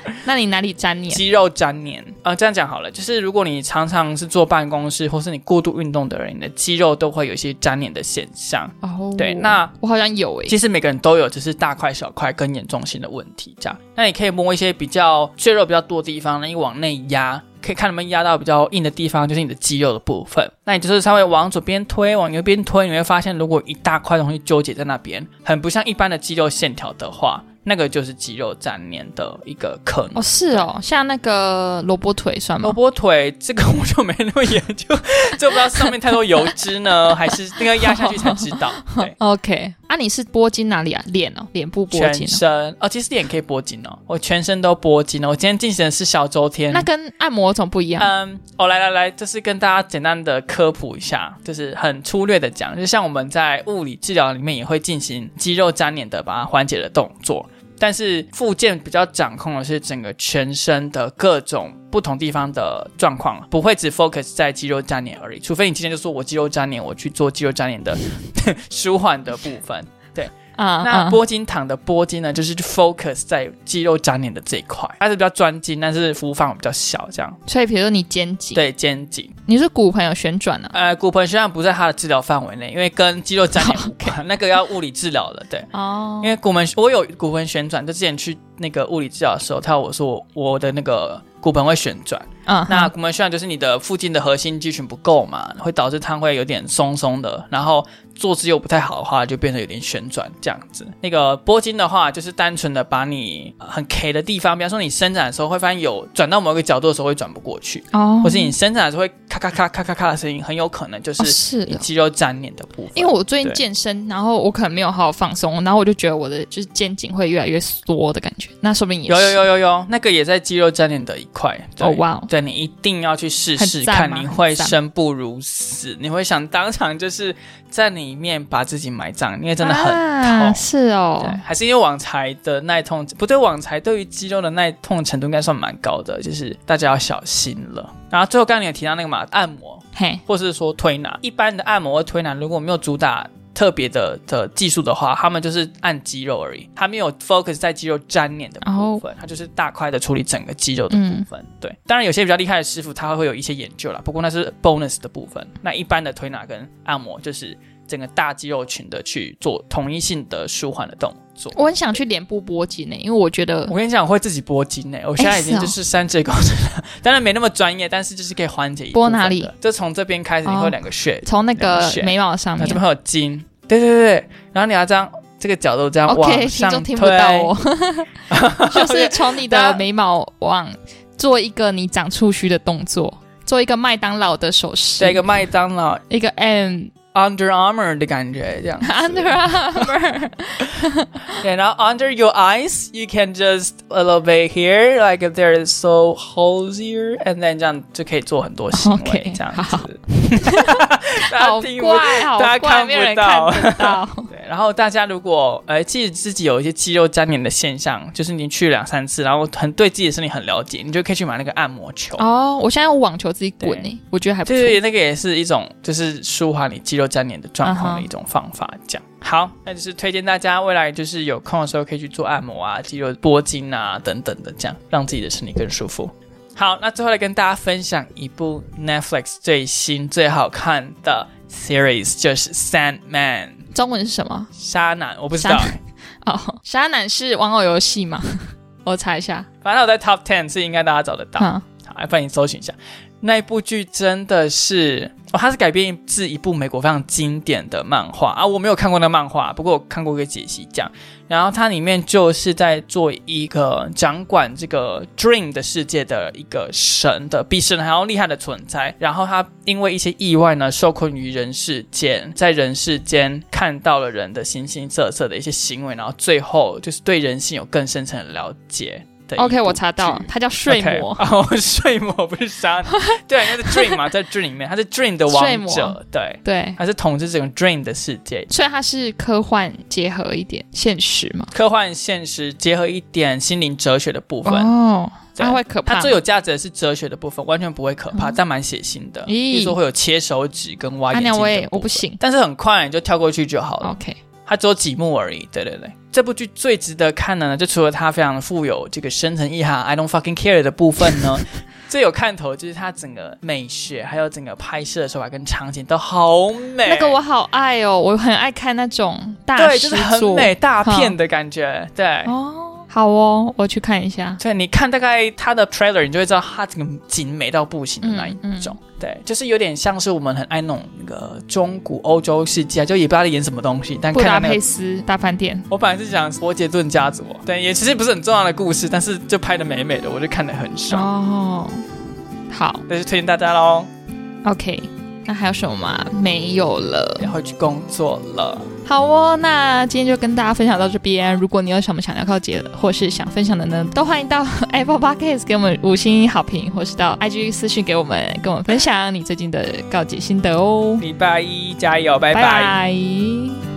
Speaker 1: k 那你哪里粘黏？
Speaker 2: 肌肉粘连啊、呃这样讲好了，就是如果你常常是坐办公室，或是你过度运动的人，你的肌肉都会有一些粘连的现象。
Speaker 1: 哦、
Speaker 2: 对，那
Speaker 1: 我好像有诶、
Speaker 2: 其实每个人都有，只是大块、小块跟严重性的问题。这样，那你可以摸一些比较赘肉比较多的地方，那你往内压，可以看能不能压到比较硬的地方，就是你的肌肉的部分。那你就是稍微往左边推，往右边推，你会发现，如果一大块东西纠结在那边，很不像一般的肌肉线条的话，那个就是肌肉粘连的一个可能
Speaker 1: 哦，。是哦，像那个萝卜腿算
Speaker 2: 萝
Speaker 1: 吗？
Speaker 2: 卜哦腿这个我就没那么研究， 就不知道上面太多油脂呢，还是那个压下去才知道。 对，
Speaker 1: OK，啊，你是拨筋哪里啊？脸哦，脸部拨筋
Speaker 2: 全
Speaker 1: 哦。
Speaker 2: 身哦，其实脸可以拨筋哦，我全身都拨筋了。我今天进行的是小周天。
Speaker 1: 那跟按摩有什么不一样？
Speaker 2: 嗯，哦，来来来，这是跟大家简单的科普一下，就是很粗略的讲，就像我们在物理治疗里面也会进行肌肉粘连的把它缓解的动作，但是复健比较掌控的是整个全身的各种不同地方的状况，不会只 focus 在肌肉粘连而已，除非你今天就说我肌肉粘连，我去做肌肉粘连的 舒缓的部分。
Speaker 1: 啊、
Speaker 2: 那
Speaker 1: 啊
Speaker 2: 拨筋躺的拨筋呢，就是 focus 在肌肉粘连的这一块，它是比较专精，但是服务范围比较小，这样
Speaker 1: 所以比如说你肩颈，
Speaker 2: 对肩颈。
Speaker 1: 你是骨盆有旋转啊？
Speaker 2: 呃，骨盆虽然不在它的治疗范围内，因为跟肌肉粘连无关， 那个要物理治疗了。对，
Speaker 1: 哦
Speaker 2: 因为骨盆我有骨盆旋转，就之前去那个物理治疗的时候，他有我说我我的那个骨盆会旋转，
Speaker 1: 嗯，
Speaker 2: 那骨盆旋转就是你的附近的核心肌群不够嘛，会导致它会有点松松的，然后坐姿又不太好的话，就变得有点旋转这样子。那个拨筋的话，就是单纯的把你呃很 K 的地方，比方说你伸展的时候会发现有转到某一个角度的时候会转不过去，
Speaker 1: 哦，
Speaker 2: 或是你伸展的时候会咔咔咔咔咔咔的声音，很有可能就
Speaker 1: 哦
Speaker 2: 是
Speaker 1: 是
Speaker 2: 你
Speaker 1: 哦
Speaker 2: 肌肉粘连的部分。
Speaker 1: 因为我最近
Speaker 2: 对
Speaker 1: 健身，然后我可能没有好好放松，然后我就觉得我的就是肩颈会越来越缩的感觉，那说明也
Speaker 2: 有有
Speaker 1: 是哦
Speaker 2: 有有有，那个也在肌肉粘连的一块。对
Speaker 1: 哦哇哦，
Speaker 2: 对你一定要去试试
Speaker 1: 很赞
Speaker 2: 看，
Speaker 1: 吗
Speaker 2: 你会
Speaker 1: 很赞
Speaker 2: 生不如死，你会想当场就是在里面把自己埋葬，因为真的很
Speaker 1: 啊、
Speaker 2: 痛。
Speaker 1: 是
Speaker 2: 对
Speaker 1: 哦，，
Speaker 2: 还是因为网才的耐痛，不对，网才对于肌肉的耐痛程度应该算蛮高的，就是大家要小心了。然后最后刚刚你有提到那个嘛，按摩
Speaker 1: 嘿，
Speaker 2: 或是说推拿，一般的按摩和推拿如果没有主打特别的的技术的话，他们就是按肌肉而已，他没有 focus 在肌肉粘连的部
Speaker 1: 哦
Speaker 2: 分，他就是大块的处理整个肌肉的部
Speaker 1: 嗯，
Speaker 2: 分。对，当然有些比较厉害的师傅他会有一些研究啦，不过那是 bonus 的部分。那一般的推拿跟按摩就是整个大肌肉群的去做统一性的舒缓的动作。
Speaker 1: 我很想去脸部拨筋呢，因为我觉得
Speaker 2: 我跟你讲，我会自己拨筋呢、欸我现在已经
Speaker 1: 是哦
Speaker 2: 就是三节工程了，当然没那么专业，但是就是可以缓解一
Speaker 1: 拨
Speaker 2: 部分
Speaker 1: 哪
Speaker 2: 的
Speaker 1: 里？
Speaker 2: 就从这边开始，你会有
Speaker 1: 哦
Speaker 2: 两个穴，
Speaker 1: 从那
Speaker 2: 两
Speaker 1: 个
Speaker 2: 个穴
Speaker 1: 眉毛上
Speaker 2: 那
Speaker 1: 面
Speaker 2: 这边会有筋，对对对，然后你要这样这个角度这样
Speaker 1: ，OK，
Speaker 2: 往
Speaker 1: 听
Speaker 2: 上
Speaker 1: 众听
Speaker 2: 推，
Speaker 1: 不到 我，就是从你
Speaker 2: 大
Speaker 1: 的
Speaker 2: 家
Speaker 1: 眉毛往做一个你长触须的动作，做一个麦当劳的手势，
Speaker 2: 对一个麦当劳
Speaker 1: 一个 M
Speaker 2: Under Armour 的感觉这样 子
Speaker 1: Under Armour，
Speaker 2: Yeah, now under your eyes, you can just a little bit here, like if they're so hosier, and then 这样就可以做很多行为
Speaker 1: OK，
Speaker 2: 这样
Speaker 1: 好
Speaker 2: 子。
Speaker 1: 好
Speaker 2: 大家听不
Speaker 1: 怪，
Speaker 2: 大
Speaker 1: 好
Speaker 2: 家看
Speaker 1: 怪，
Speaker 2: 不
Speaker 1: 没有人看
Speaker 2: 到
Speaker 1: 得到。
Speaker 2: 对，然后大家如果呃，记得自己有一些肌肉粘连的现象，就是你去两三次，然后很对自己的身体很了解，你就可以去买那个按摩球。
Speaker 1: 哦，我现在用网球自己滚
Speaker 2: 对
Speaker 1: 呢，我觉得还不
Speaker 2: 对
Speaker 1: 错。
Speaker 2: 对，那个也是一种，就是舒缓你肌肉粘连的状
Speaker 1: 嗯
Speaker 2: 况啊的
Speaker 1: 哼
Speaker 2: 一种方法。这样好，那就是推荐大家未来就是有空的时候可以去做按摩啊、肌肉拨筋啊等等的，这样让自己的身体更舒服。好，那最后来跟大家分享一部 Netflix 最新最好看的 series，就是《Sandman》
Speaker 1: 中文是什么？
Speaker 2: 沙男，我不知 道、
Speaker 1: 沙
Speaker 2: 欸
Speaker 1: 哦，沙男是玩偶游戏吗？我查一下。
Speaker 2: 反正我在 Top Ten 是应该大家找得到。
Speaker 1: 嗯，
Speaker 2: 好，来帮你搜寻一下。那一部剧真的是哦，它是改编自一部美国非常经典的漫画啊，我没有看过那漫画，不过我看过一个解析这样。然后它里面就是在做一个掌管这个 Dream 的世界的一个神的比神还要厉害的存在。然后他因为一些意外呢，受困于人世间，在人世间看到了人的形形色色的一些行为，然后最后就是对人性有更深层的了解的一部剧。
Speaker 1: OK，我查到了，它叫睡
Speaker 2: OK，
Speaker 1: 魔。
Speaker 2: 哦，睡魔不 是沙，对，那是 Dream 嘛，在 Dream 里面，他是 Dream 的
Speaker 1: 睡
Speaker 2: 王
Speaker 1: 魔
Speaker 2: 者，对，
Speaker 1: 对，
Speaker 2: 他是统治整个 Dream 的世界，
Speaker 1: 所以它是科幻结合一点现实嘛。
Speaker 2: 科幻现实结合一点心灵哲学的部分。
Speaker 1: 哦，
Speaker 2: 对
Speaker 1: 它会可怕
Speaker 2: 它
Speaker 1: 吗。
Speaker 2: 最有价值的是哲学的部分，完全不会可怕，
Speaker 1: 嗯
Speaker 2: 但蛮血腥的。
Speaker 1: 咦
Speaker 2: 比如说会有切手指跟挖
Speaker 1: 阿
Speaker 2: 眼睛
Speaker 1: 娘，
Speaker 2: 的
Speaker 1: 啊我也
Speaker 2: 部
Speaker 1: 我
Speaker 2: 分哦
Speaker 1: 不行。哦
Speaker 2: 但是很快你就跳过去就好了。
Speaker 1: OK，
Speaker 2: 它只有几幕而已。对对对，这部剧最值得看的呢，就除了它非常富有这个深层意涵 “I don't fucking care” 的部分 呢，最有看头就是它整个美学，还有整个拍摄的手法跟场景都好美。
Speaker 1: 那个我好爱哦，我很爱看那种大
Speaker 2: 对，
Speaker 1: 师
Speaker 2: 就是很
Speaker 1: 作。
Speaker 2: 美大片的感觉。对。
Speaker 1: 哦，好哦，我去看一下。
Speaker 2: 对，你看大概它的 trailer，你就会知道它整个景美到不行的那一
Speaker 1: 嗯
Speaker 2: 种。对，就是有点像是我们很爱那种那个中古欧洲世界啊，就也不知道在演什么东西，但
Speaker 1: 布
Speaker 2: 看它
Speaker 1: 达
Speaker 2: 那个
Speaker 1: 佩斯大饭店，
Speaker 2: 我本来是讲伯杰顿家族，哦对，也其实不是很重要的故事，但是就拍的美美的，我就看得很爽，
Speaker 1: 哦，好
Speaker 2: 那、就推荐大家喽，
Speaker 1: ，OK，那还有什么吗？没有了。
Speaker 2: 然后去工作了，
Speaker 1: 好哦，那今天就跟大家分享到这边。如果你有什么想了解的，或是想分享的呢，都欢迎到 Apple Podcast 给我们五星好评，或是到 IG 私讯给我们，跟我们分享你最近的告解心得哦。
Speaker 2: 礼拜一加油，拜拜
Speaker 1: 拜